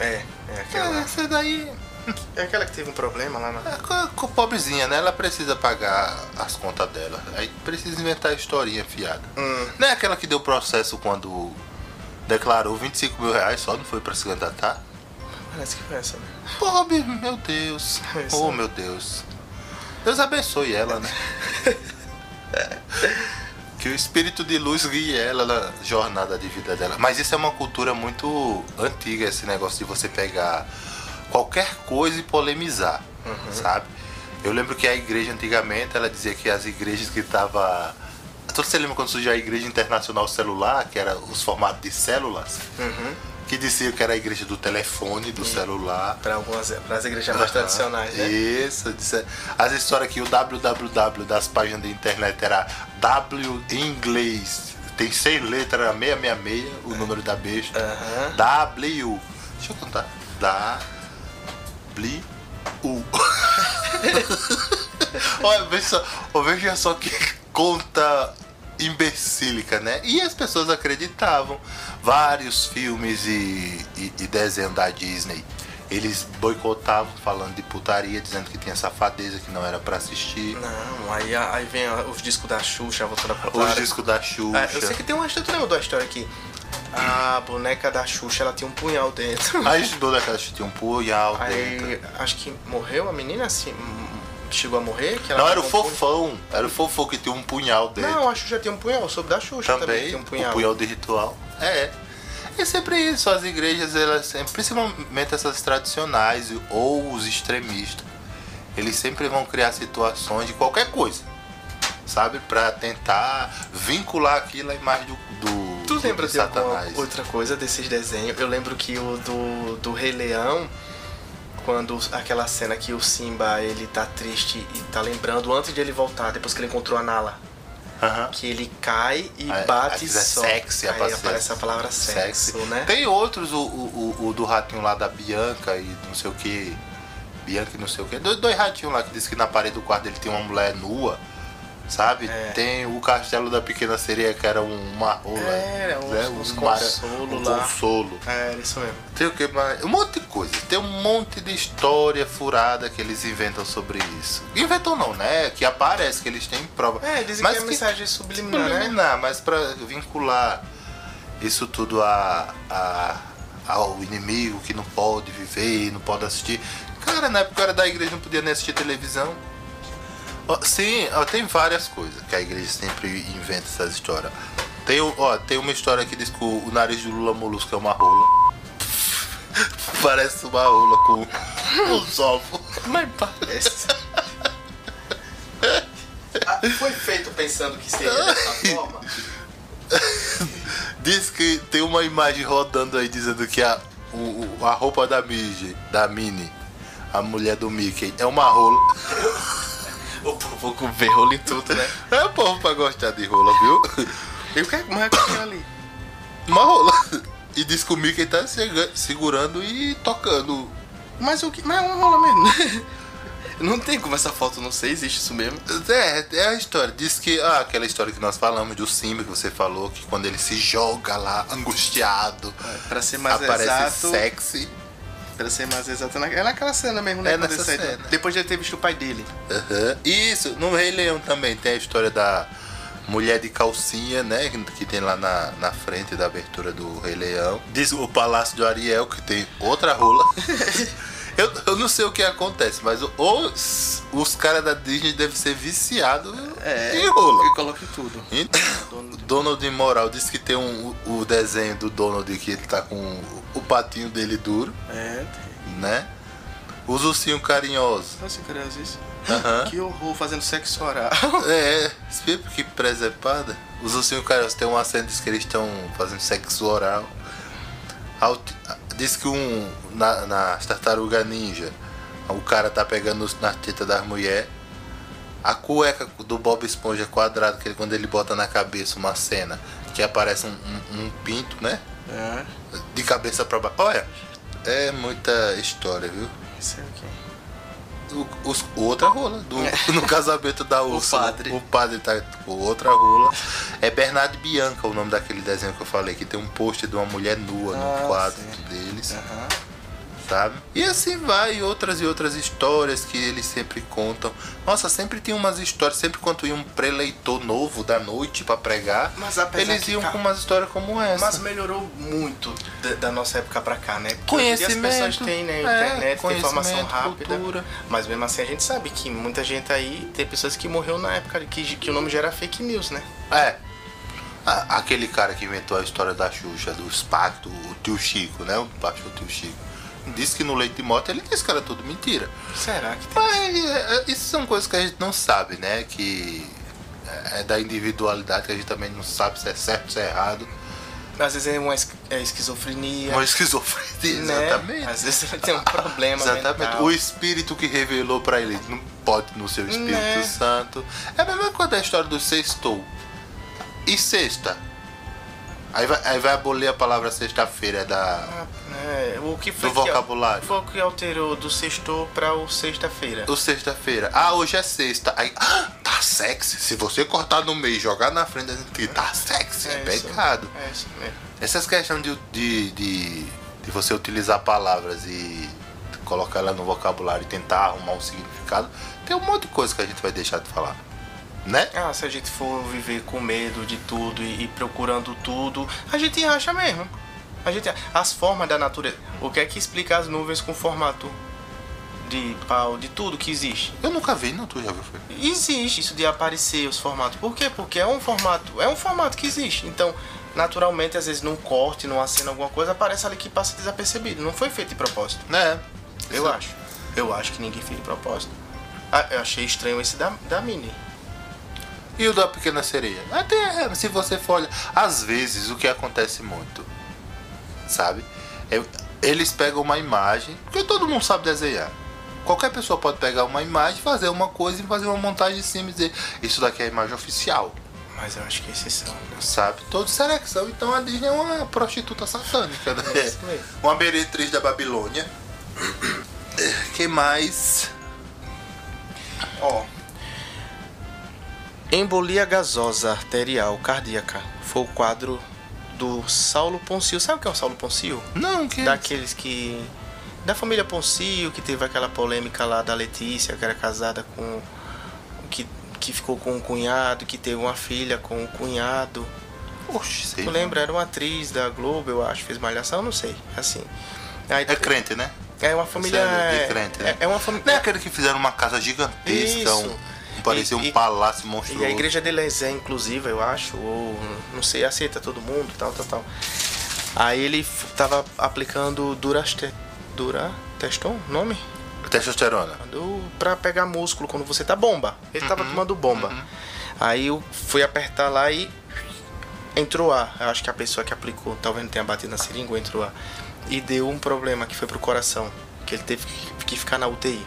[SPEAKER 2] É, é
[SPEAKER 3] É,
[SPEAKER 2] aquela,
[SPEAKER 3] essa daí.
[SPEAKER 2] é aquela que teve um problema lá na.
[SPEAKER 3] É co- co- pobrezinha, né? Ela precisa pagar as contas dela. Aí precisa inventar a historinha fiada.
[SPEAKER 2] Hum.
[SPEAKER 3] Não é aquela que deu processo quando declarou 25 mil reais só, não foi pra se candidatar?
[SPEAKER 2] Parece que foi essa, né?
[SPEAKER 3] Pobre, meu Deus.
[SPEAKER 2] É isso.
[SPEAKER 3] Oh, meu Deus. Deus abençoe ela, né? que o espírito de luz guie ela na jornada de vida dela. Mas isso é uma cultura muito antiga, esse negócio de você pegar qualquer coisa e polemizar, sabe? Eu lembro que a igreja antigamente, ela dizia que as igrejas que tava... Você lembra quando surgiu a Igreja Internacional Celular, que era os formatos de células?
[SPEAKER 2] Uhum.
[SPEAKER 3] Que diziam que era a igreja do telefone, do celular.
[SPEAKER 2] Pra algumas pra as igrejas mais
[SPEAKER 3] Aham.
[SPEAKER 2] tradicionais, é né?
[SPEAKER 3] Isso, disse- as histórias que o www das páginas da internet era W em inglês, tem seis letras, era 666, o número da besta.
[SPEAKER 2] É. Aham.
[SPEAKER 3] W. Deixa eu contar. W. U. Olha, veja só, ó, veja só que conta imbecílica, né? E as pessoas acreditavam. Vários filmes e, e, e desenhos da Disney. Eles boicotavam falando de putaria, dizendo que tinha safadeza, que não era pra assistir.
[SPEAKER 2] Não, aí, aí vem ó, os discos da Xuxa voltando a
[SPEAKER 3] Os
[SPEAKER 2] contar.
[SPEAKER 3] discos da
[SPEAKER 2] Ah,
[SPEAKER 3] Xuxa.
[SPEAKER 2] eu sei que tem uma história, lembra da história aqui? A boneca da Xuxa, ela tinha um punhal dentro.
[SPEAKER 3] A estudou daquela Xuxa tinha um punhal dentro.
[SPEAKER 2] Aí, acho que morreu a menina assim, hum, chegou a morrer? Que ela
[SPEAKER 3] Não, era o
[SPEAKER 2] tinha um punho-
[SPEAKER 3] fofão. Era o fofão que tinha um punhal dentro.
[SPEAKER 2] Não, a Xuxa tinha um punhal, soube da Xuxa também,
[SPEAKER 3] também,
[SPEAKER 2] tinha um punhal.
[SPEAKER 3] o punhal de ritual. É. É sempre isso, as igrejas, elas sempre, principalmente essas tradicionais ou os extremistas, eles sempre vão criar situações de qualquer coisa, sabe? Pra tentar vincular aquilo à imagem do, do,
[SPEAKER 2] Tu
[SPEAKER 3] do
[SPEAKER 2] lembra de alguma
[SPEAKER 3] Satanás.
[SPEAKER 2] outra coisa desses desenhos? Eu lembro que o do, do Rei Leão Quando aquela cena que o Simba ele tá triste e tá lembrando antes de ele voltar, depois que ele encontrou a Nala.
[SPEAKER 3] Aham.
[SPEAKER 2] Que ele cai e
[SPEAKER 3] Aí,
[SPEAKER 2] bate
[SPEAKER 3] aí
[SPEAKER 2] e
[SPEAKER 3] diz, é
[SPEAKER 2] só.
[SPEAKER 3] sexy,
[SPEAKER 2] aí
[SPEAKER 3] aparece-
[SPEAKER 2] aparece a palavra sexo, né?
[SPEAKER 3] Tem outros, o, o, o- o do ratinho lá da Bianca e não sei o que. Bianca e não sei o que. Dois, dois ratinhos lá que disse que na parede do quarto ele tem uma mulher nua, sabe?
[SPEAKER 2] É.
[SPEAKER 3] Tem o castelo da pequena sereia que era um marrom,
[SPEAKER 2] É, uns- uns
[SPEAKER 3] mar-
[SPEAKER 2] consolo
[SPEAKER 3] um
[SPEAKER 2] lá.
[SPEAKER 3] consolo.
[SPEAKER 2] É, isso mesmo.
[SPEAKER 3] Tem o que mais? Um monte de coisa. Tem um monte de história furada que eles inventam sobre isso. Inventam não, né? Que aparece, que eles têm prova.
[SPEAKER 2] É, dizem
[SPEAKER 3] Mas
[SPEAKER 2] que é mensagem subliminar, né?
[SPEAKER 3] Preliminar, mas pra vincular isso tudo a, a- ao inimigo que não pode viver, não pode assistir. Cara, na época eu era da igreja não podia nem assistir televisão. Ó, Sim, ó, tem várias coisas que a igreja sempre inventa essas histórias. Tem, o- ó, tem uma história que diz que o, o nariz do Lula Molusco é uma rola. Parece uma rola com os ovos.
[SPEAKER 2] Mas parece. Ah, Foi feito pensando que seria dessa forma.
[SPEAKER 3] Diz que tem uma imagem rodando aí dizendo que a, o- o- a roupa da Minnie, da Minnie, a mulher do Mickey, é uma rola.
[SPEAKER 2] O povo com verrolo e tudo, né?
[SPEAKER 3] É o povo pra gostar de rola, viu?
[SPEAKER 2] E o que é que mais é que tem ali?
[SPEAKER 3] Uma rola. E diz que o Mickey tá sega- segurando e tocando.
[SPEAKER 2] Mas o que. Mas é uma rola mesmo. Não tem como essa foto não ser, existe isso mesmo.
[SPEAKER 3] É, é a história. Diz que. Ah, aquela história que nós falamos do Simba que você falou, que quando ele se joga lá, angustiado,
[SPEAKER 2] Pra ser mais
[SPEAKER 3] aparece
[SPEAKER 2] exato.
[SPEAKER 3] sexy.
[SPEAKER 2] Pra ser mais exato. é na- É naquela cena mesmo,
[SPEAKER 3] É
[SPEAKER 2] né? quando
[SPEAKER 3] nessa
[SPEAKER 2] ele sai do-
[SPEAKER 3] cena.
[SPEAKER 2] Depois de ele ter visto o pai dele.
[SPEAKER 3] Aham. Isso, no Rei Leão também tem a história da mulher de calcinha, né? que- Que tem lá na, na frente da abertura do Rei Leão. Diz o Palácio do Ariel, que tem outra rola. eu, eu não sei o que acontece, mas os, os caras da Disney devem ser viciados em rola.
[SPEAKER 2] É. E coloca em tudo.
[SPEAKER 3] Então, o Donald Moral disse que tem um, o desenho do Donald que ele tá com o patinho dele duro,
[SPEAKER 2] É,
[SPEAKER 3] né? Os ursinhos carinhosos.
[SPEAKER 2] tem. Nossa, cara, isso.
[SPEAKER 3] Aham.
[SPEAKER 2] Que horror fazendo sexo oral.
[SPEAKER 3] É, você vê que presepada. Os ursinhos carinhosos tem um acento diz que eles estão fazendo sexo oral. Alt- Diz que um. Na, nas tartaruga ninja, o cara tá pegando os- nas tetas das mulheres. A cueca do Bob Esponja quadrada, que ele- quando ele bota na cabeça uma cena que aparece um, um- um pinto, né?
[SPEAKER 2] É,
[SPEAKER 3] De cabeça pra baixo. Olha, é muita história, viu?
[SPEAKER 2] isso é o quê?
[SPEAKER 3] O- os- outra rola. do- no casamento da Úrsula.
[SPEAKER 2] É. padre.
[SPEAKER 3] O padre tá com outra rola. É Bernardo e Bianca o nome daquele desenho que eu falei, que tem um pôster de uma mulher nua
[SPEAKER 2] Ah,
[SPEAKER 3] no quadro
[SPEAKER 2] sim. É.
[SPEAKER 3] deles,
[SPEAKER 2] Aham.
[SPEAKER 3] sabe? E assim vai, e outras e outras histórias que eles sempre contam. Nossa, sempre tem umas histórias, sempre quando ia um preleitor novo da noite pra pregar,
[SPEAKER 2] Mas apesar
[SPEAKER 3] eles
[SPEAKER 2] que
[SPEAKER 3] iam
[SPEAKER 2] ca-
[SPEAKER 3] com umas histórias como essa.
[SPEAKER 2] Mas melhorou muito da, da nossa época pra cá, né? Porque hoje em dia
[SPEAKER 3] Conhecimento.
[SPEAKER 2] As pessoas têm, né?
[SPEAKER 3] É,
[SPEAKER 2] Internet, tem informação
[SPEAKER 3] conhecimento,
[SPEAKER 2] rápida.
[SPEAKER 3] cultura.
[SPEAKER 2] Mas mesmo assim a gente sabe que muita gente aí tem pessoas que morreu na época que, que o nome já era fake news, né?
[SPEAKER 3] É. A- Aquele cara que inventou a história da Xuxa, dos pactos, o tio Chico, né? O baixo tio Chico. Disse que no leite de morte ele disse que era tudo mentira.
[SPEAKER 2] Será que tem?
[SPEAKER 3] Mas é, é, isso são coisas que a gente não sabe, né? Que é da individualidade, que a gente também não sabe se é certo, se é errado.
[SPEAKER 2] Às vezes é uma es- é esquizofrenia.
[SPEAKER 3] Uma esquizofrenia,
[SPEAKER 2] né?
[SPEAKER 3] exatamente.
[SPEAKER 2] Às vezes ele tem um problema.
[SPEAKER 3] Exatamente.
[SPEAKER 2] mental.
[SPEAKER 3] O espírito que revelou pra ele não pode no seu Espírito
[SPEAKER 2] Né?
[SPEAKER 3] Santo. É a mesma coisa da história do sextou. E sexta? Aí vai, aí vai abolir a palavra sexta-feira da.
[SPEAKER 2] Ah, né, O que foi
[SPEAKER 3] Do
[SPEAKER 2] que-
[SPEAKER 3] vocabulário.
[SPEAKER 2] Foi o que alterou do sexto pra o sexta-feira.
[SPEAKER 3] O sexta-feira. Ah, hoje é sexta. Aí. Ah, tá sexy. Se você cortar no meio e jogar na frente, tá sexy. É,
[SPEAKER 2] isso.
[SPEAKER 3] pecado.
[SPEAKER 2] É isso mesmo.
[SPEAKER 3] Essas questões de, de, de, de você utilizar palavras e colocar ela no vocabulário e tentar arrumar um significado, tem um monte de coisa que a gente vai deixar de falar. Né?
[SPEAKER 2] Ah, se a gente for viver com medo de tudo e, e procurando tudo, a gente acha mesmo. A gente, as formas da natureza. O que é que explica as nuvens com formato de pau, de tudo que existe?
[SPEAKER 3] Eu nunca vi, não, tu já viu? Foi.
[SPEAKER 2] Existe isso de aparecer os formatos. Por quê? Porque é um formato, é um formato que existe. Então, naturalmente, às vezes num corte, numa cena, alguma coisa, aparece ali que passa desapercebido. Não foi feito de propósito.
[SPEAKER 3] Né?
[SPEAKER 2] Eu acho. Eu acho que ninguém fez de propósito. Ah, eu achei estranho esse da, da Mini.
[SPEAKER 3] E o da pequena sereia? Até é, se você for olhar. Às vezes o que acontece muito, sabe? É, eles pegam uma imagem, porque todo mundo sabe desenhar. Qualquer pessoa pode pegar uma imagem, fazer uma coisa e fazer uma montagem em cima e dizer isso daqui é a imagem oficial,
[SPEAKER 2] Mas eu acho que esses são.
[SPEAKER 3] sabe? Todos seleção, então a Disney é uma prostituta satânica, né?
[SPEAKER 2] É isso mesmo.
[SPEAKER 3] Uma meretriz da Babilônia. que mais?
[SPEAKER 2] Ó. Embolia gasosa arterial cardíaca. Foi o quadro do Saulo Poncio. Sabe o que é o Saulo Poncio?
[SPEAKER 3] Não, que
[SPEAKER 2] Daqueles que. Da família Poncio, que teve aquela polêmica lá da Letícia, que era casada com. que, que ficou com o cunhado, que teve uma filha com o cunhado.
[SPEAKER 3] Oxe, sei.
[SPEAKER 2] Tu lembra? Era uma atriz da Globo, eu acho, fez malhação, não sei. Assim. Aí,
[SPEAKER 3] É crente, né?
[SPEAKER 2] é uma família.
[SPEAKER 3] Sério, de crente, né?
[SPEAKER 2] é, é uma família.
[SPEAKER 3] Não é aquele que fizeram uma casa gigantesca, um-
[SPEAKER 2] Isso.
[SPEAKER 3] parecia
[SPEAKER 2] E-
[SPEAKER 3] um
[SPEAKER 2] e-
[SPEAKER 3] palácio
[SPEAKER 2] E
[SPEAKER 3] monstruoso.
[SPEAKER 2] a igreja deles é inclusiva, eu acho, ou não sei, aceita todo mundo, tal, tal, tal. Aí ele f- tava aplicando duraste, dura, teston, nome?
[SPEAKER 3] Testosterona.
[SPEAKER 2] Do, pra pegar músculo quando você tá bomba. Ele tava tomando bomba. Aí eu fui apertar lá e entrou ar. Eu acho que a pessoa que aplicou, talvez não tenha batido na seringa, ou entrou ar. E deu um problema que foi pro coração, que ele teve que- que ficar na UTI.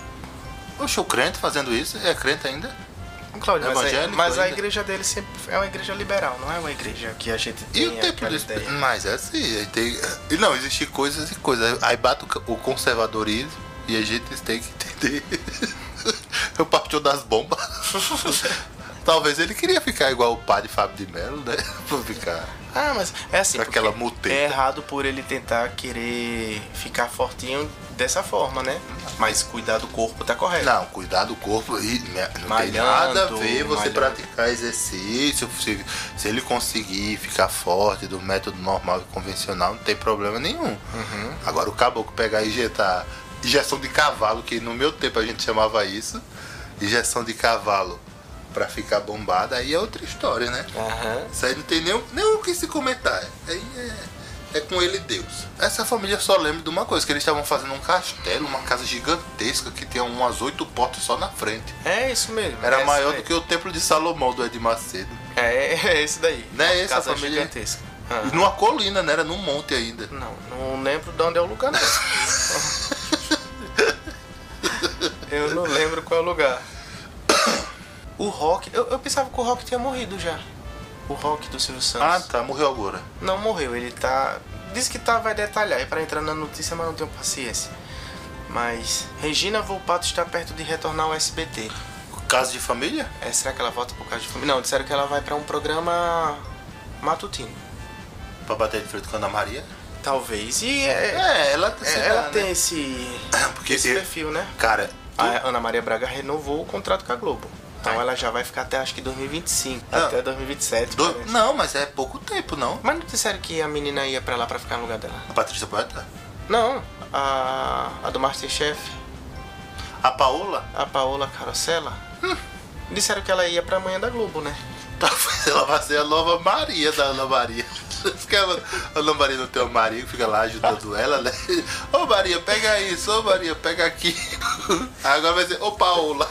[SPEAKER 3] Oxe, o crente fazendo isso? É crente ainda?
[SPEAKER 2] Claudio, mas, a,
[SPEAKER 3] É Evangélico
[SPEAKER 2] mas a
[SPEAKER 3] ainda?
[SPEAKER 2] igreja dele sempre é uma igreja liberal, não é uma igreja que a gente tem
[SPEAKER 3] E o tempo
[SPEAKER 2] aquela
[SPEAKER 3] desse...
[SPEAKER 2] ideia.
[SPEAKER 3] Mas é assim, aí tem... e não, existe coisas e coisas. Aí bate o ca- o conservadorismo e a gente tem que entender. o partiu das bombas. Talvez ele queria ficar igual o padre Fábio de Mello, né? Pra ficar
[SPEAKER 2] Ah, mas é assim.
[SPEAKER 3] com aquela
[SPEAKER 2] porque
[SPEAKER 3] muteta.
[SPEAKER 2] É errado por ele tentar querer ficar fortinho dessa forma, né? Mas cuidar do corpo tá correto.
[SPEAKER 3] Não, cuidar do corpo e né, não tem
[SPEAKER 2] Malhando,
[SPEAKER 3] nada a ver você
[SPEAKER 2] malhando.
[SPEAKER 3] praticar exercício. Se, se ele conseguir ficar forte do método normal e convencional, não tem problema nenhum.
[SPEAKER 2] Uhum.
[SPEAKER 3] Agora, o caboclo pegar e injetar injeção de cavalo, que no meu tempo a gente chamava isso, injeção de cavalo pra ficar bombado, aí é outra história, né?
[SPEAKER 2] Aham.
[SPEAKER 3] Isso aí não tem nem, nem o que se comentar. Aí é, é com ele e Deus. Essa família só lembra de uma coisa, que eles estavam fazendo um castelo, uma casa gigantesca que tinha umas oito portas só na frente.
[SPEAKER 2] É isso mesmo.
[SPEAKER 3] Era
[SPEAKER 2] é
[SPEAKER 3] maior
[SPEAKER 2] isso
[SPEAKER 3] do que o templo de Salomão do Ed Macedo.
[SPEAKER 2] daí. É, é isso daí.
[SPEAKER 3] Não é
[SPEAKER 2] Uma
[SPEAKER 3] essa
[SPEAKER 2] casa
[SPEAKER 3] família?
[SPEAKER 2] gigantesca. Ah.
[SPEAKER 3] E numa colina, né? Era num monte ainda.
[SPEAKER 2] Não, não lembro de onde é o lugar, não. eu não lembro qual é o lugar. O Rock, eu, eu pensava que o Rock tinha morrido já. O Rock do Silvio
[SPEAKER 3] Ah
[SPEAKER 2] Santos.
[SPEAKER 3] tá, morreu agora.
[SPEAKER 2] Não morreu, ele tá. Diz que tá, vai detalhar e pra entrar na notícia, mas não tenho paciência. Mas Regina Volpato está perto de retornar ao SBT.
[SPEAKER 3] Casa de família?
[SPEAKER 2] É, será que ela volta por causa de família? Não, disseram que ela vai pra um programa matutino.
[SPEAKER 3] Pra bater de frente com a Ana Maria?
[SPEAKER 2] Talvez. E é-
[SPEAKER 3] É, ela, se
[SPEAKER 2] É, ela
[SPEAKER 3] dá, né?
[SPEAKER 2] tem esse,
[SPEAKER 3] Porque
[SPEAKER 2] esse
[SPEAKER 3] eu-
[SPEAKER 2] perfil, né?
[SPEAKER 3] Cara,
[SPEAKER 2] A Ana Maria Braga renovou o contrato com a Globo. Então ela já vai ficar até acho que 2025,
[SPEAKER 3] Não.
[SPEAKER 2] até 2027.
[SPEAKER 3] do-
[SPEAKER 2] parece.
[SPEAKER 3] não, mas é pouco tempo, não.
[SPEAKER 2] Mas não disseram que a menina ia pra lá pra ficar no lugar dela?
[SPEAKER 3] A Patrícia Poeta?
[SPEAKER 2] Não, a, a do Masterchef,
[SPEAKER 3] A Paola?
[SPEAKER 2] a Paola Carosella, Hum. disseram que ela ia pra manhã da Globo, né?
[SPEAKER 3] Talvez Tá ela vai ser a nova Maria da Ana Maria. Porque ela- a Ana Maria não tem o marido, fica lá ajudando ela, né? Ô Maria, pega isso, ô Maria, pega aqui. Agora vai ser, ô Paola.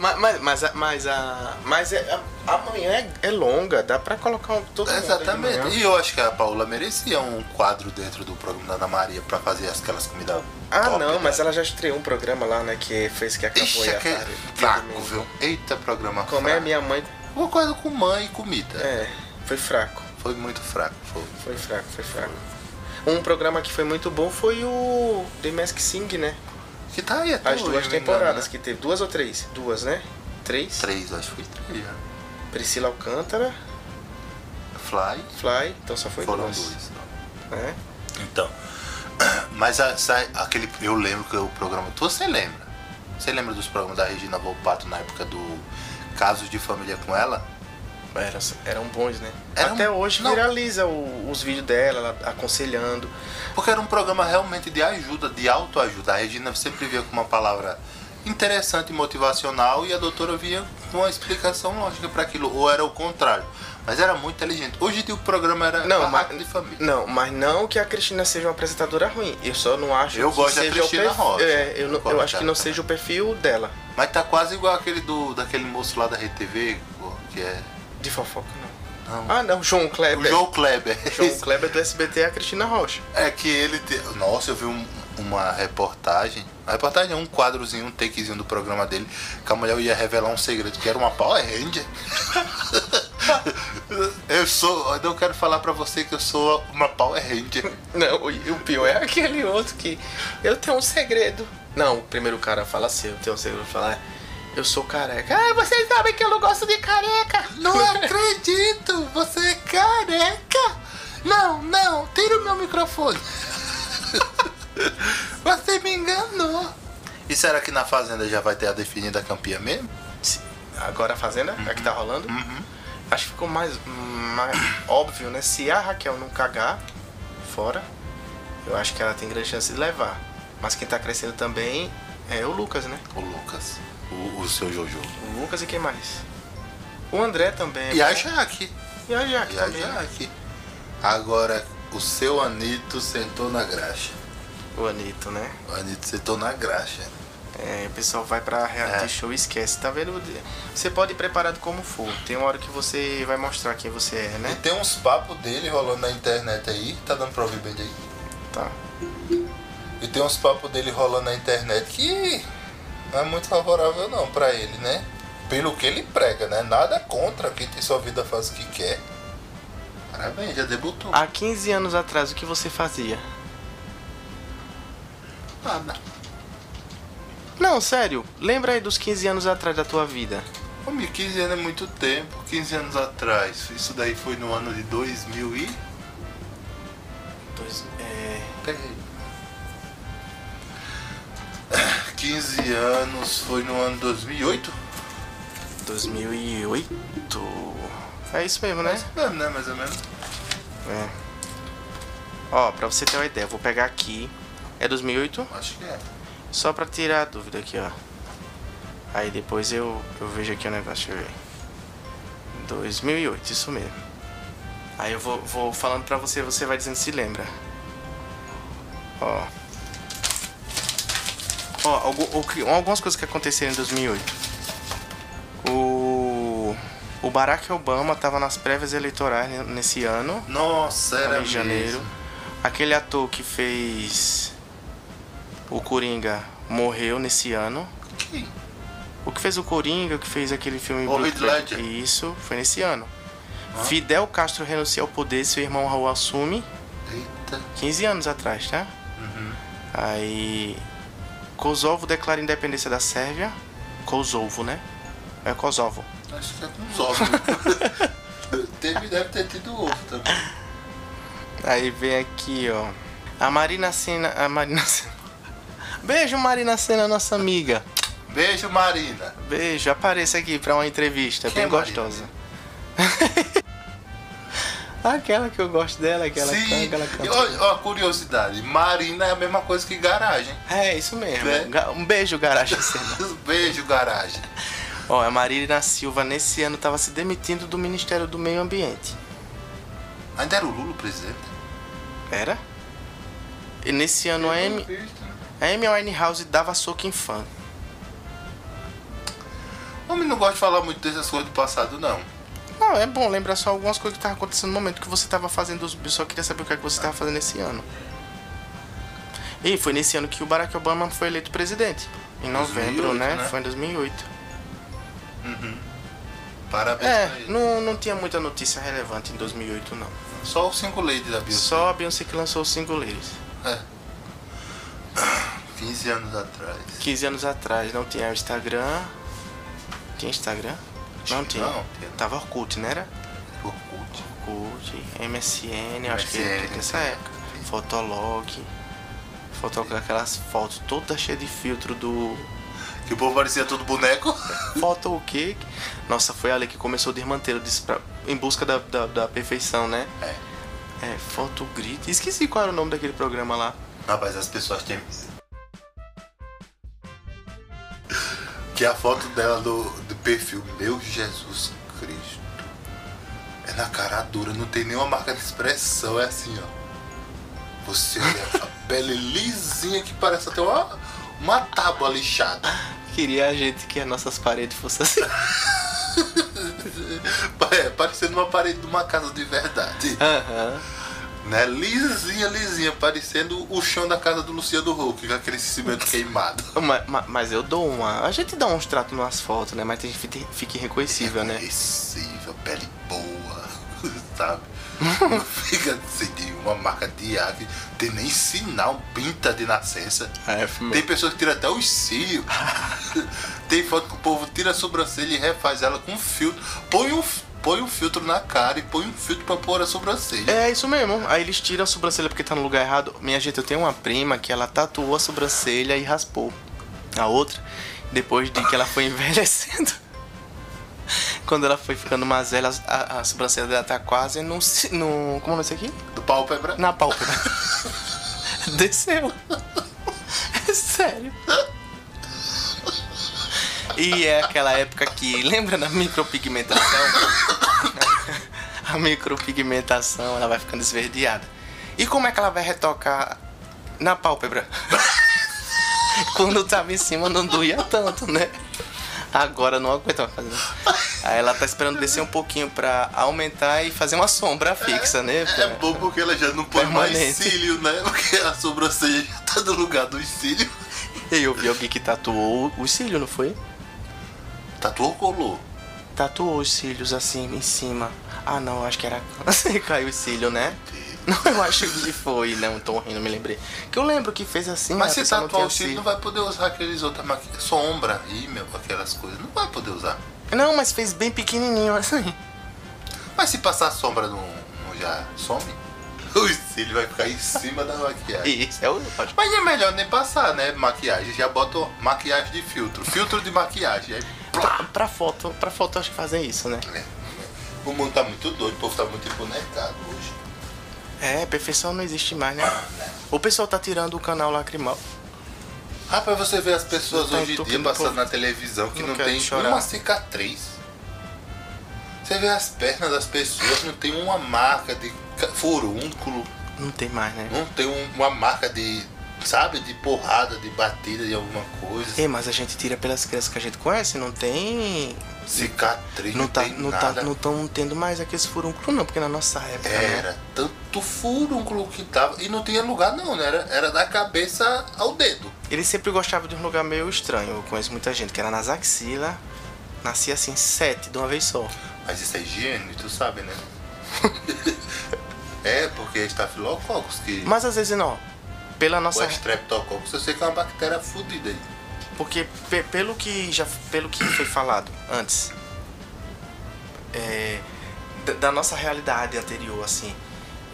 [SPEAKER 2] Mas, mas, mas, a- mas, a, mas é, a, amanhã é, é longa, dá pra colocar um, todo mundo ali de manhã.
[SPEAKER 3] Exatamente. E eu acho que a Paola merecia um quadro dentro do programa da Ana Maria pra fazer aquelas comidas.
[SPEAKER 2] Ah,
[SPEAKER 3] top,
[SPEAKER 2] não,
[SPEAKER 3] né?
[SPEAKER 2] mas ela já estreou um programa lá, né? Que fez que acabou
[SPEAKER 3] Ixi,
[SPEAKER 2] aí a
[SPEAKER 3] aquele
[SPEAKER 2] tarde.
[SPEAKER 3] fraco, viu? Eita, programa
[SPEAKER 2] Como é
[SPEAKER 3] fraco.
[SPEAKER 2] minha mãe.
[SPEAKER 3] Uma coisa com mãe e comida.
[SPEAKER 2] É, foi fraco.
[SPEAKER 3] Foi muito fraco, foi.
[SPEAKER 2] Foi fraco, foi fraco. Um programa que foi muito bom foi o The Mask Sing, né?
[SPEAKER 3] Que tá aí até
[SPEAKER 2] As
[SPEAKER 3] hoje,
[SPEAKER 2] duas
[SPEAKER 3] eu me
[SPEAKER 2] temporadas
[SPEAKER 3] engano,
[SPEAKER 2] que teve. Duas ou três? Duas, né? Três.
[SPEAKER 3] né? Três, acho que foi três. né?
[SPEAKER 2] Priscila Alcântara,
[SPEAKER 3] Fly,
[SPEAKER 2] Fly, então só foi
[SPEAKER 3] foram
[SPEAKER 2] duas.
[SPEAKER 3] dois.
[SPEAKER 2] né?
[SPEAKER 3] Então, mas a- sa- aquele, eu lembro que o programa. tu- Você lembra? Você lembra dos programas da Regina Volpato na época do Casos de Família com ela?
[SPEAKER 2] Era- eram bons, né?
[SPEAKER 3] Eram-
[SPEAKER 2] Até hoje
[SPEAKER 3] não.
[SPEAKER 2] viraliza o- os vídeos dela, ela aconselhando.
[SPEAKER 3] Porque era um programa realmente de ajuda, de autoajuda. A Regina sempre vinha com uma palavra interessante e motivacional e a doutora vinha com uma explicação lógica para aquilo, ou era o contrário. Mas era muito inteligente. Hoje em dia o programa era
[SPEAKER 2] Não,
[SPEAKER 3] a
[SPEAKER 2] mas-
[SPEAKER 3] Rádio de família.
[SPEAKER 2] Não, mas não que a Cristina seja uma apresentadora ruim. Eu só não acho
[SPEAKER 3] Eu
[SPEAKER 2] que
[SPEAKER 3] gosto da
[SPEAKER 2] seja
[SPEAKER 3] Cristina
[SPEAKER 2] o perfil.
[SPEAKER 3] Rocha.
[SPEAKER 2] É, eu, não- eu
[SPEAKER 3] Concordo,
[SPEAKER 2] acho que
[SPEAKER 3] cara.
[SPEAKER 2] não seja o perfil dela.
[SPEAKER 3] Mas tá quase igual aquele do daquele moço lá da RedeTV, que é
[SPEAKER 2] De fofoca, não.
[SPEAKER 3] Não.
[SPEAKER 2] Ah, não, João
[SPEAKER 3] É O
[SPEAKER 2] Kleber.
[SPEAKER 3] João Kleber.
[SPEAKER 2] João Kleber do SBT é a Cristina Rocha.
[SPEAKER 3] É que ele. Te... Nossa, eu vi um- uma reportagem. A reportagem é um quadrozinho, um takezinho do programa dele, que a mulher ia revelar um segredo, que era uma Power Ranger. eu sou. Eu não quero falar pra você que eu sou uma Power Ranger.
[SPEAKER 2] Não, e o pior é aquele outro que. Eu tenho um segredo. Não, o primeiro cara fala assim, eu tenho um segredo. Fala, eu sou careca. Ah, vocês sabem que eu não gosto de careca!
[SPEAKER 3] Não acredito! Você é careca! Não, não, tira o meu microfone! Você me enganou! E será que na Fazenda já vai ter a definida campeã mesmo?
[SPEAKER 2] Sim. Agora a Fazenda, a que tá
[SPEAKER 3] Uhum.
[SPEAKER 2] rolando. Acho que ficou mais, mais óbvio, né? Se a Raquel não cagar fora, eu acho que ela tem grande chance de levar. Mas quem tá crescendo também é o Lucas, né?
[SPEAKER 3] O Lucas, o, o seu Jojo.
[SPEAKER 2] O Lucas e quem mais? O André também.
[SPEAKER 3] E a Jaque.
[SPEAKER 2] E a Jaque
[SPEAKER 3] E a
[SPEAKER 2] É também. né?
[SPEAKER 3] Jaque. Agora, o seu Anito sentou na graxa.
[SPEAKER 2] O Anito, né?
[SPEAKER 3] O Anito sentou na graxa.
[SPEAKER 2] É, o pessoal vai pra reality
[SPEAKER 3] É.
[SPEAKER 2] show e esquece, tá vendo? Você pode ir preparado como for. Tem uma hora que você vai mostrar quem você é,
[SPEAKER 3] E
[SPEAKER 2] né?
[SPEAKER 3] tem uns papos dele rolando na internet aí. Tá dando pra ouvir bem daí?
[SPEAKER 2] Tá.
[SPEAKER 3] E tem uns papos dele rolando na internet que não é muito favorável não pra ele, né? Pelo que ele prega, né? Nada contra quem tem sua vida faz o que quer. Parabéns, já debutou.
[SPEAKER 2] Há 15 anos atrás, o que você fazia?
[SPEAKER 3] Nada.
[SPEAKER 2] Não, sério. Lembra aí dos 15 anos atrás da tua vida.
[SPEAKER 3] Homem, 15 anos é muito tempo, 15 anos atrás. Isso daí foi no ano de 2000 e...
[SPEAKER 2] Dois, é...
[SPEAKER 3] Peguei. 15 anos foi no ano 2008?
[SPEAKER 2] 2008. É isso mesmo, né?
[SPEAKER 3] Mais ou menos, né? Mais ou menos.
[SPEAKER 2] É. Ó, pra você ter uma ideia, eu vou pegar aqui. É 2008?
[SPEAKER 3] Acho que é.
[SPEAKER 2] Só pra tirar a dúvida aqui, ó. Aí depois eu, eu vejo aqui o negócio, deixa eu ver. 2008, isso mesmo. Aí eu vou, vou falando pra você, você vai dizendo se lembra. Ó. Ó, algu- o que- algumas coisas que aconteceram em 2008. O, o Barack Obama tava nas prévias eleitorais ne- nesse ano.
[SPEAKER 3] Nossa,
[SPEAKER 2] Era
[SPEAKER 3] era
[SPEAKER 2] em janeiro.
[SPEAKER 3] mesmo.
[SPEAKER 2] Aquele ator que fez o Coringa morreu nesse ano.
[SPEAKER 3] Que
[SPEAKER 2] O que fez o Coringa, o que fez aquele filme
[SPEAKER 3] O Heath
[SPEAKER 2] Blood-
[SPEAKER 3] Ledger.
[SPEAKER 2] Isso, foi nesse ano. Fidel Castro renuncia ao poder, seu irmão Raul assume
[SPEAKER 3] Eita.
[SPEAKER 2] 15 anos atrás, tá?
[SPEAKER 3] Uhum.
[SPEAKER 2] Aí Kosovo declara independência da Sérvia. Kosovo, né? É Kosovo.
[SPEAKER 3] Acho que é com os ovos. Teve, deve ter tido ovo também.
[SPEAKER 2] Aí vem aqui, ó. A Marina Sena, a Marina Sena. Beijo Marina Sena, nossa amiga.
[SPEAKER 3] Beijo, Marina.
[SPEAKER 2] Beijo, apareça aqui pra uma entrevista
[SPEAKER 3] Quem
[SPEAKER 2] bem
[SPEAKER 3] é Marina?
[SPEAKER 2] gostosa. aquela que eu gosto dela, aquela que
[SPEAKER 3] Sim.
[SPEAKER 2] canta, ela canta.
[SPEAKER 3] E ó, ó, curiosidade. Marina é a mesma coisa que garagem.
[SPEAKER 2] É, isso mesmo.
[SPEAKER 3] Né?
[SPEAKER 2] Ga- Um beijo, Garagem Sena.
[SPEAKER 3] Beijo, garagem.
[SPEAKER 2] Ó, a Marina Silva nesse ano tava se demitindo do Ministério do Meio Ambiente.
[SPEAKER 3] Ainda era o Lula o presidente?
[SPEAKER 2] Era? E nesse ano a Amy, a Amy Winehouse dava soco em fã.
[SPEAKER 3] Homem não gosta de falar muito dessas coisas do passado, não.
[SPEAKER 2] Não, é bom lembrar só algumas coisas que estavam acontecendo no momento que você estava fazendo. os- Eu só queria saber o que, é que você estava fazendo esse ano. E foi nesse ano que o Barack Obama foi eleito presidente. Em novembro,
[SPEAKER 3] 2008,
[SPEAKER 2] né?
[SPEAKER 3] né?
[SPEAKER 2] Foi em 2008.
[SPEAKER 3] Parabéns
[SPEAKER 2] É,
[SPEAKER 3] pra ele.
[SPEAKER 2] não, não tinha muita notícia relevante em 2008, não.
[SPEAKER 3] Só o cinco Lady da Beyoncé.
[SPEAKER 2] Só a Beyoncé que lançou os cinco leis.
[SPEAKER 3] É. 15 anos atrás.
[SPEAKER 2] 15 anos atrás não tinha Instagram. Tinha Instagram? Não tinha.
[SPEAKER 3] Não, tinha.
[SPEAKER 2] Tava Orkut, não era?
[SPEAKER 3] Orkut.
[SPEAKER 2] Orkut, MSN, eu acho que
[SPEAKER 3] MSN,
[SPEAKER 2] era nessa
[SPEAKER 3] né?
[SPEAKER 2] época. Fotolog. Fotolog, aquelas fotos todas cheias de filtro do.
[SPEAKER 3] Que o povo parecia todo boneco.
[SPEAKER 2] Foto o quê? Nossa, foi ali que começou o desmanteiro disse pra- em busca da, da, da perfeição, né?
[SPEAKER 3] É.
[SPEAKER 2] É, foto grito. Esqueci qual era o nome daquele programa lá.
[SPEAKER 3] Rapaz, as pessoas têm. Que a foto dela do, do perfil, meu Jesus Cristo. É na cara dura, não tem nenhuma marca de expressão, é assim, ó. Você olha a pele lisinha que parece até uma, uma tábua lixada.
[SPEAKER 2] Queria a gente que as nossas paredes fossem assim.
[SPEAKER 3] É, parecendo uma parede de uma casa de verdade.
[SPEAKER 2] Aham.
[SPEAKER 3] Né? Lisinha, lisinha, parecendo o chão da casa do Luciano Huck, com aquele cimento queimado.
[SPEAKER 2] Ma- ma- Mas, eu dou uma. A gente dá uns tratos no asfalto, né? Mas tem que fi- fica irreconhecível, né?
[SPEAKER 3] Reconhecível, pele boa, sabe? Não fica sem nenhuma marca de ave, tem nem sinal, pinta de nascença.
[SPEAKER 2] É, f-
[SPEAKER 3] Tem pessoas que tiram até os cílios. Tem foto que o povo tira a sobrancelha e refaz ela com filtro. Põe um, põe um filtro na cara e põe um filtro pra pôr a sobrancelha.
[SPEAKER 2] É isso mesmo. Aí eles tiram a sobrancelha porque tá no lugar errado. Minha gente, eu tenho uma prima que ela tatuou a sobrancelha e raspou a outra depois de que ela foi envelhecendo. Quando ela foi ficando mais velha, a, a sobrancelha dela tá quase no, ci- no. Como é isso aqui?
[SPEAKER 3] Do pálpebra.
[SPEAKER 2] Na pálpebra. Desceu. É sério. E é aquela época que. Lembra da micropigmentação? A micropigmentação ela vai ficando esverdeada. E como é que ela vai retocar na pálpebra? Quando tava em cima não doía tanto, né? Agora não aguenta mais fazer. Aí ela tá esperando descer um pouquinho pra aumentar e fazer uma sombra fixa, né?
[SPEAKER 3] É bom porque ela já não põe mais
[SPEAKER 2] Permanente.
[SPEAKER 3] cílio, né? Porque a sobrancelha já tá no lugar dos cílios.
[SPEAKER 2] E eu vi alguém que tatuou os cílios, não foi?
[SPEAKER 3] Tatuou ou colou?
[SPEAKER 2] Tatuou os cílios assim em cima. Ah não, acho que era. Assim, Caiu o cílio, né? Não, eu acho que foi. Não, tô rindo, me lembrei. Que eu lembro que fez assim.
[SPEAKER 3] Mas
[SPEAKER 2] a
[SPEAKER 3] se
[SPEAKER 2] pessoa não
[SPEAKER 3] tatuar
[SPEAKER 2] tinha
[SPEAKER 3] o cílio, não vai poder usar aqueles outras maquiagens. Sombra, rímel, aquelas coisas. Não vai poder usar.
[SPEAKER 2] Não, mas fez bem pequenininho assim.
[SPEAKER 3] Mas se passar sombra, não, não já some? O cílio vai ficar em cima da maquiagem.
[SPEAKER 2] Isso, é o. ótimo.
[SPEAKER 3] Mas é melhor nem passar, né? Maquiagem. Já bota maquiagem de filtro. Filtro de maquiagem. é- Aí, plá!
[SPEAKER 2] Pra, pra foto, pra foto acho que fazer isso, né?
[SPEAKER 3] O mundo tá muito doido, o povo tá muito empolgado hoje.
[SPEAKER 2] É, perfeição não existe mais, né? O pessoal tá tirando o canal lacrimal.
[SPEAKER 3] Rapaz, Ah, você vê as pessoas
[SPEAKER 2] Tá
[SPEAKER 3] hoje em dia
[SPEAKER 2] entupindo
[SPEAKER 3] passando
[SPEAKER 2] povo.
[SPEAKER 3] na televisão que
[SPEAKER 2] Não
[SPEAKER 3] não,
[SPEAKER 2] quero
[SPEAKER 3] tem
[SPEAKER 2] chorar.
[SPEAKER 3] uma cicatriz. Você vê as pernas das pessoas, não tem uma marca de ca- furúnculo,
[SPEAKER 2] Não tem mais, né?
[SPEAKER 3] não tem um- uma marca de, sabe, de porrada, de batida de alguma coisa.
[SPEAKER 2] Ei, mas a gente tira pelas crianças que a gente conhece, não tem
[SPEAKER 3] Cicatriz, não,
[SPEAKER 2] É. Não tá,
[SPEAKER 3] tem
[SPEAKER 2] não tá,
[SPEAKER 3] nada. É.
[SPEAKER 2] não tão tendo mais aqueles furúnculos um não, porque na nossa época, né?
[SPEAKER 3] Era tanto furúnculo que tava. E não tinha lugar não, né? Era, era da cabeça ao dedo.
[SPEAKER 2] Ele sempre gostava de um lugar meio estranho, eu conheço muita gente, que era nas axilas, nascia assim, sete de uma vez só.
[SPEAKER 3] Mas isso é higiene, tu sabe, né? é, porque é estafilococcus que.
[SPEAKER 2] Mas às vezes não, pela
[SPEAKER 3] O
[SPEAKER 2] nossa...
[SPEAKER 3] Streptococcus eu sei que é uma bactéria fodida aí.
[SPEAKER 2] Porque pe- pelo que já pelo que foi falado antes, é, da, da nossa realidade anterior, assim,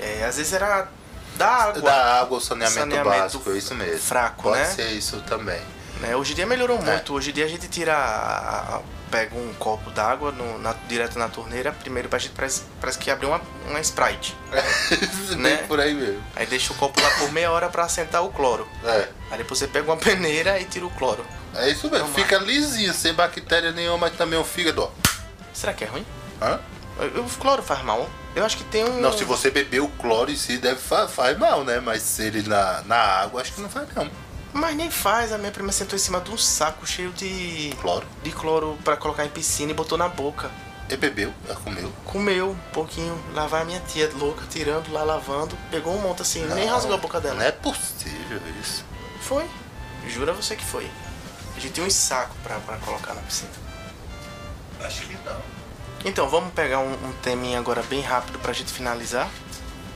[SPEAKER 2] é, às vezes era da água,
[SPEAKER 3] Da água, o saneamento,
[SPEAKER 2] Saneamento
[SPEAKER 3] básico, é isso mesmo.
[SPEAKER 2] fraco,
[SPEAKER 3] Pode
[SPEAKER 2] né?
[SPEAKER 3] ser isso também.
[SPEAKER 2] né? Hoje em dia melhorou
[SPEAKER 3] É.
[SPEAKER 2] muito, hoje em dia a gente tira... a- a- pega um copo d'água no- na- direto na torneira, primeiro a gente parece, parece que abriu uma, uma Sprite. Né?
[SPEAKER 3] Bem por aí mesmo.
[SPEAKER 2] Aí deixa o copo lá por meia hora pra assentar o cloro.
[SPEAKER 3] É.
[SPEAKER 2] Aí depois você pega uma peneira e tira o cloro.
[SPEAKER 3] É isso mesmo.
[SPEAKER 2] Vamos lá.
[SPEAKER 3] Fica lisinho, sem bactéria nenhuma, mas também o fígado, ó.
[SPEAKER 2] Será que é ruim?
[SPEAKER 3] Hã?
[SPEAKER 2] Eu- O cloro faz mal. Eu acho que tem um.
[SPEAKER 3] Não, se você beber o cloro em si, deve fa faz mal, né? Mas se ele na, na água, acho que não faz não.
[SPEAKER 2] Mas nem faz. A minha prima sentou em cima de um saco cheio de.
[SPEAKER 3] Cloro.
[SPEAKER 2] de cloro pra colocar em piscina e botou na boca.
[SPEAKER 3] Ele bebeu, ela comeu.
[SPEAKER 2] Comeu um pouquinho. Lá vai a minha tia louca, tirando lá, lavando. Pegou um monte assim, nem
[SPEAKER 3] Não,
[SPEAKER 2] rasgou a boca dela.
[SPEAKER 3] Não é possível isso.
[SPEAKER 2] Foi. Jura você que foi. A gente tem uns sacos pra, pra colocar na piscina.
[SPEAKER 3] Acho que não.
[SPEAKER 2] Então, vamos pegar um, um teminha agora bem rápido pra gente finalizar.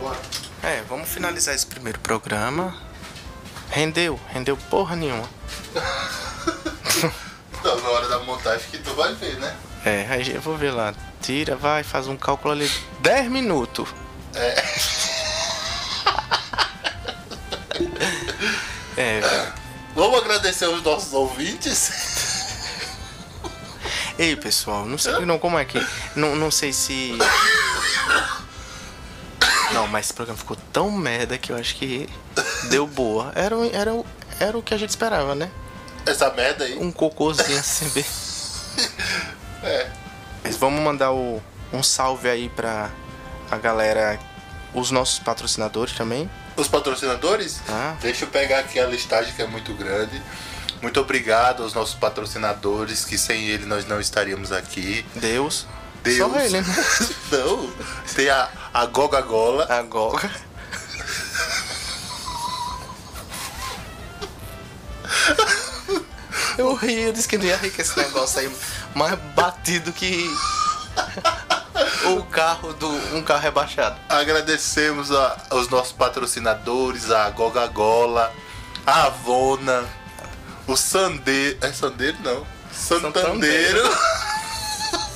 [SPEAKER 3] Bora.
[SPEAKER 2] É, vamos finalizar esse primeiro programa. Rendeu, rendeu porra nenhuma.
[SPEAKER 3] Então, na hora da montagem que tu vai ver, né?
[SPEAKER 2] É, aí eu vou ver lá. Tira, vai, faz um cálculo ali. 10 minutos. É. É.
[SPEAKER 3] Vamos agradecer aos nossos ouvintes.
[SPEAKER 2] Ei, pessoal, não sei não, como é que. Não, não sei se. Não, mas esse programa ficou tão merda que eu acho que deu boa. Era, o- era, o- era o que a gente esperava, né?
[SPEAKER 3] Essa merda aí.
[SPEAKER 2] um cocôzinho assim bem. Mas vamos mandar o- um salve aí pra a galera, os nossos patrocinadores também.
[SPEAKER 3] Os patrocinadores?
[SPEAKER 2] Tá.
[SPEAKER 3] Deixa eu pegar aqui a listagem que é muito grande. Muito obrigado aos nossos patrocinadores, que sem ele nós não estaríamos aqui.
[SPEAKER 2] Deus,
[SPEAKER 3] Deus.
[SPEAKER 2] Só ele, né?
[SPEAKER 3] Não. Tem a, a Goga Gola.
[SPEAKER 2] A Goga. Eu ri, eu disse que não ia rir com esse negócio aí mais batido que o carro do. um carro rebaixado.
[SPEAKER 3] Agradecemos a- aos nossos patrocinadores, a Goga Gola, a Avona, o Sandeiro. É Sandeiro não. Santandeiro.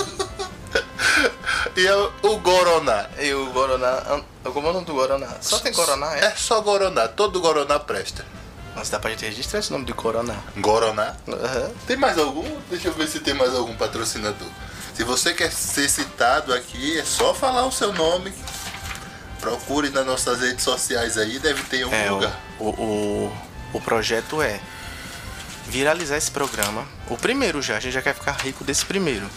[SPEAKER 3] e a- o Goroná.
[SPEAKER 2] E o Guaraná. Como é o nome do Guaraná? Só tem Guaraná, é?
[SPEAKER 3] É só Goroná, todo Goroná presta.
[SPEAKER 2] Mas dá pra gente registrar esse nome de Guaraná.
[SPEAKER 3] Goroná?
[SPEAKER 2] Aham.
[SPEAKER 3] Tem mais algum? Deixa eu ver se tem mais algum patrocinador. Se você quer ser citado aqui, é só falar o seu nome. Procure nas nossas redes sociais aí, deve ter em algum
[SPEAKER 2] É, o,
[SPEAKER 3] lugar.
[SPEAKER 2] o, o, o projeto é viralizar esse programa. O primeiro já, a gente já quer ficar rico desse primeiro.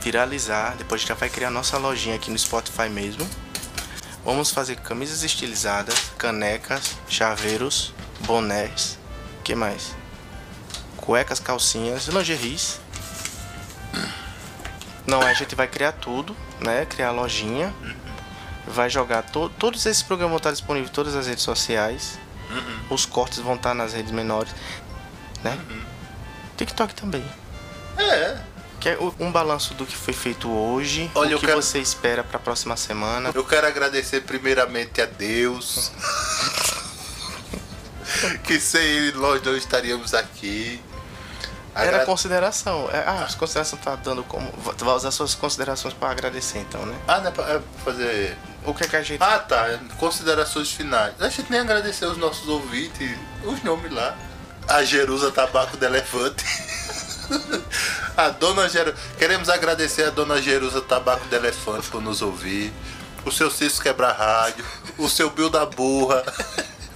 [SPEAKER 2] Viralizar, depois a gente já vai criar nossa lojinha aqui no Spotify mesmo. Vamos fazer camisas estilizadas, canecas, chaveiros, bonés, que mais? Cuecas, calcinhas, lingeries. Não, a gente vai criar tudo, né? Criar a lojinha. Vai jogar to- todos esses programas vão estar disponíveis em todas as redes sociais.
[SPEAKER 3] Uhum.
[SPEAKER 2] Os cortes vão estar nas redes menores, né? TikTok também.
[SPEAKER 3] É,
[SPEAKER 2] Que é o- um balanço do que foi feito hoje,
[SPEAKER 3] Olha,
[SPEAKER 2] o
[SPEAKER 3] eu
[SPEAKER 2] que
[SPEAKER 3] quero-
[SPEAKER 2] você espera para a próxima semana.
[SPEAKER 3] Eu quero agradecer primeiramente a Deus. que sem ele nós não estaríamos aqui.
[SPEAKER 2] Era
[SPEAKER 3] Agra-
[SPEAKER 2] consideração. É, Ah, as considerações tá dando como. Tu vai usar suas considerações para agradecer então, né?
[SPEAKER 3] Ah, não é pra é pra fazer.
[SPEAKER 2] O que é que a gente.
[SPEAKER 3] Ah tá, considerações finais. A gente nem agradeceu os nossos ouvintes, os nomes lá. A Jerusa Tabaco da Elefante. a dona Jerusa. Queremos agradecer a dona Jerusa Tabaco da Elefante por nos ouvir. O seu Cisco Quebra Rádio. O seu Bill da Burra.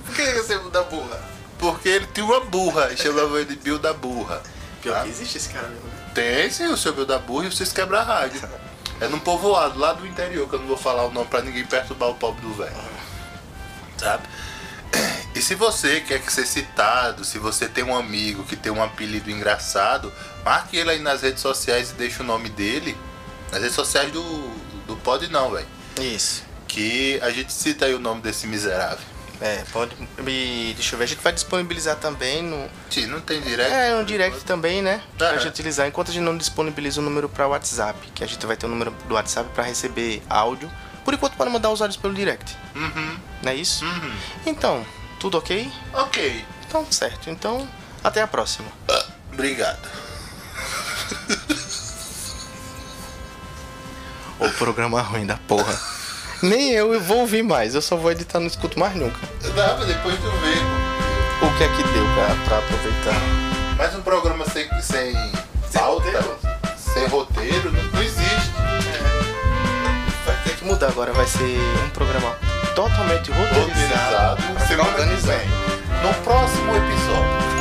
[SPEAKER 2] Por que você muda a burra?
[SPEAKER 3] Porque ele tinha uma burra e chamava ele de Bill da Burra.
[SPEAKER 2] Pior
[SPEAKER 3] Tá?
[SPEAKER 2] que existe esse cara mesmo. né?
[SPEAKER 3] Tem sim o seu Bill da Burra e o Cis Quebra Rádio. É num povoado lá do interior, que eu não vou falar o nome pra ninguém perturbar o pobre do velho. Sabe? E se você quer que ser citado, se você tem um amigo que tem um apelido engraçado, marque ele aí nas redes sociais e deixe o nome dele. Nas redes sociais do, do Pod não, velho.
[SPEAKER 2] Isso.
[SPEAKER 3] Que a gente cita aí o nome desse miserável.
[SPEAKER 2] É, pode. E, deixa eu ver. A gente vai disponibilizar também no,
[SPEAKER 3] Sim, não tem direct.
[SPEAKER 2] É, um direct também, né? Pra
[SPEAKER 3] Aham.
[SPEAKER 2] gente utilizar, enquanto a gente não disponibiliza o número pra WhatsApp, que a gente vai ter o número do WhatsApp pra receber áudio. Por enquanto, pode mandar os áudios pelo direct,
[SPEAKER 3] Uhum,
[SPEAKER 2] não é isso?
[SPEAKER 3] uhum.
[SPEAKER 2] Então, tudo ok?
[SPEAKER 3] Ok.
[SPEAKER 2] Então, certo. Então, até a próxima.
[SPEAKER 3] Obrigado.
[SPEAKER 2] O programa ruim da porra. Nem eu, eu vou ouvir mais, eu só vou editar, não escuto mais nunca.
[SPEAKER 3] Dá, mas depois tu vê.
[SPEAKER 2] O que é que deu pra, pra aproveitar?
[SPEAKER 3] Mais um programa sem, sem,
[SPEAKER 2] Sem
[SPEAKER 3] pauta,
[SPEAKER 2] roteiro.
[SPEAKER 3] sem roteiro, não, não existe.
[SPEAKER 2] Vai ter que mudar agora, vai ser um programa totalmente roteirizado.
[SPEAKER 3] Roteirizado,
[SPEAKER 2] Vai ficar
[SPEAKER 3] semana que
[SPEAKER 2] organizado.
[SPEAKER 3] vem. No próximo episódio.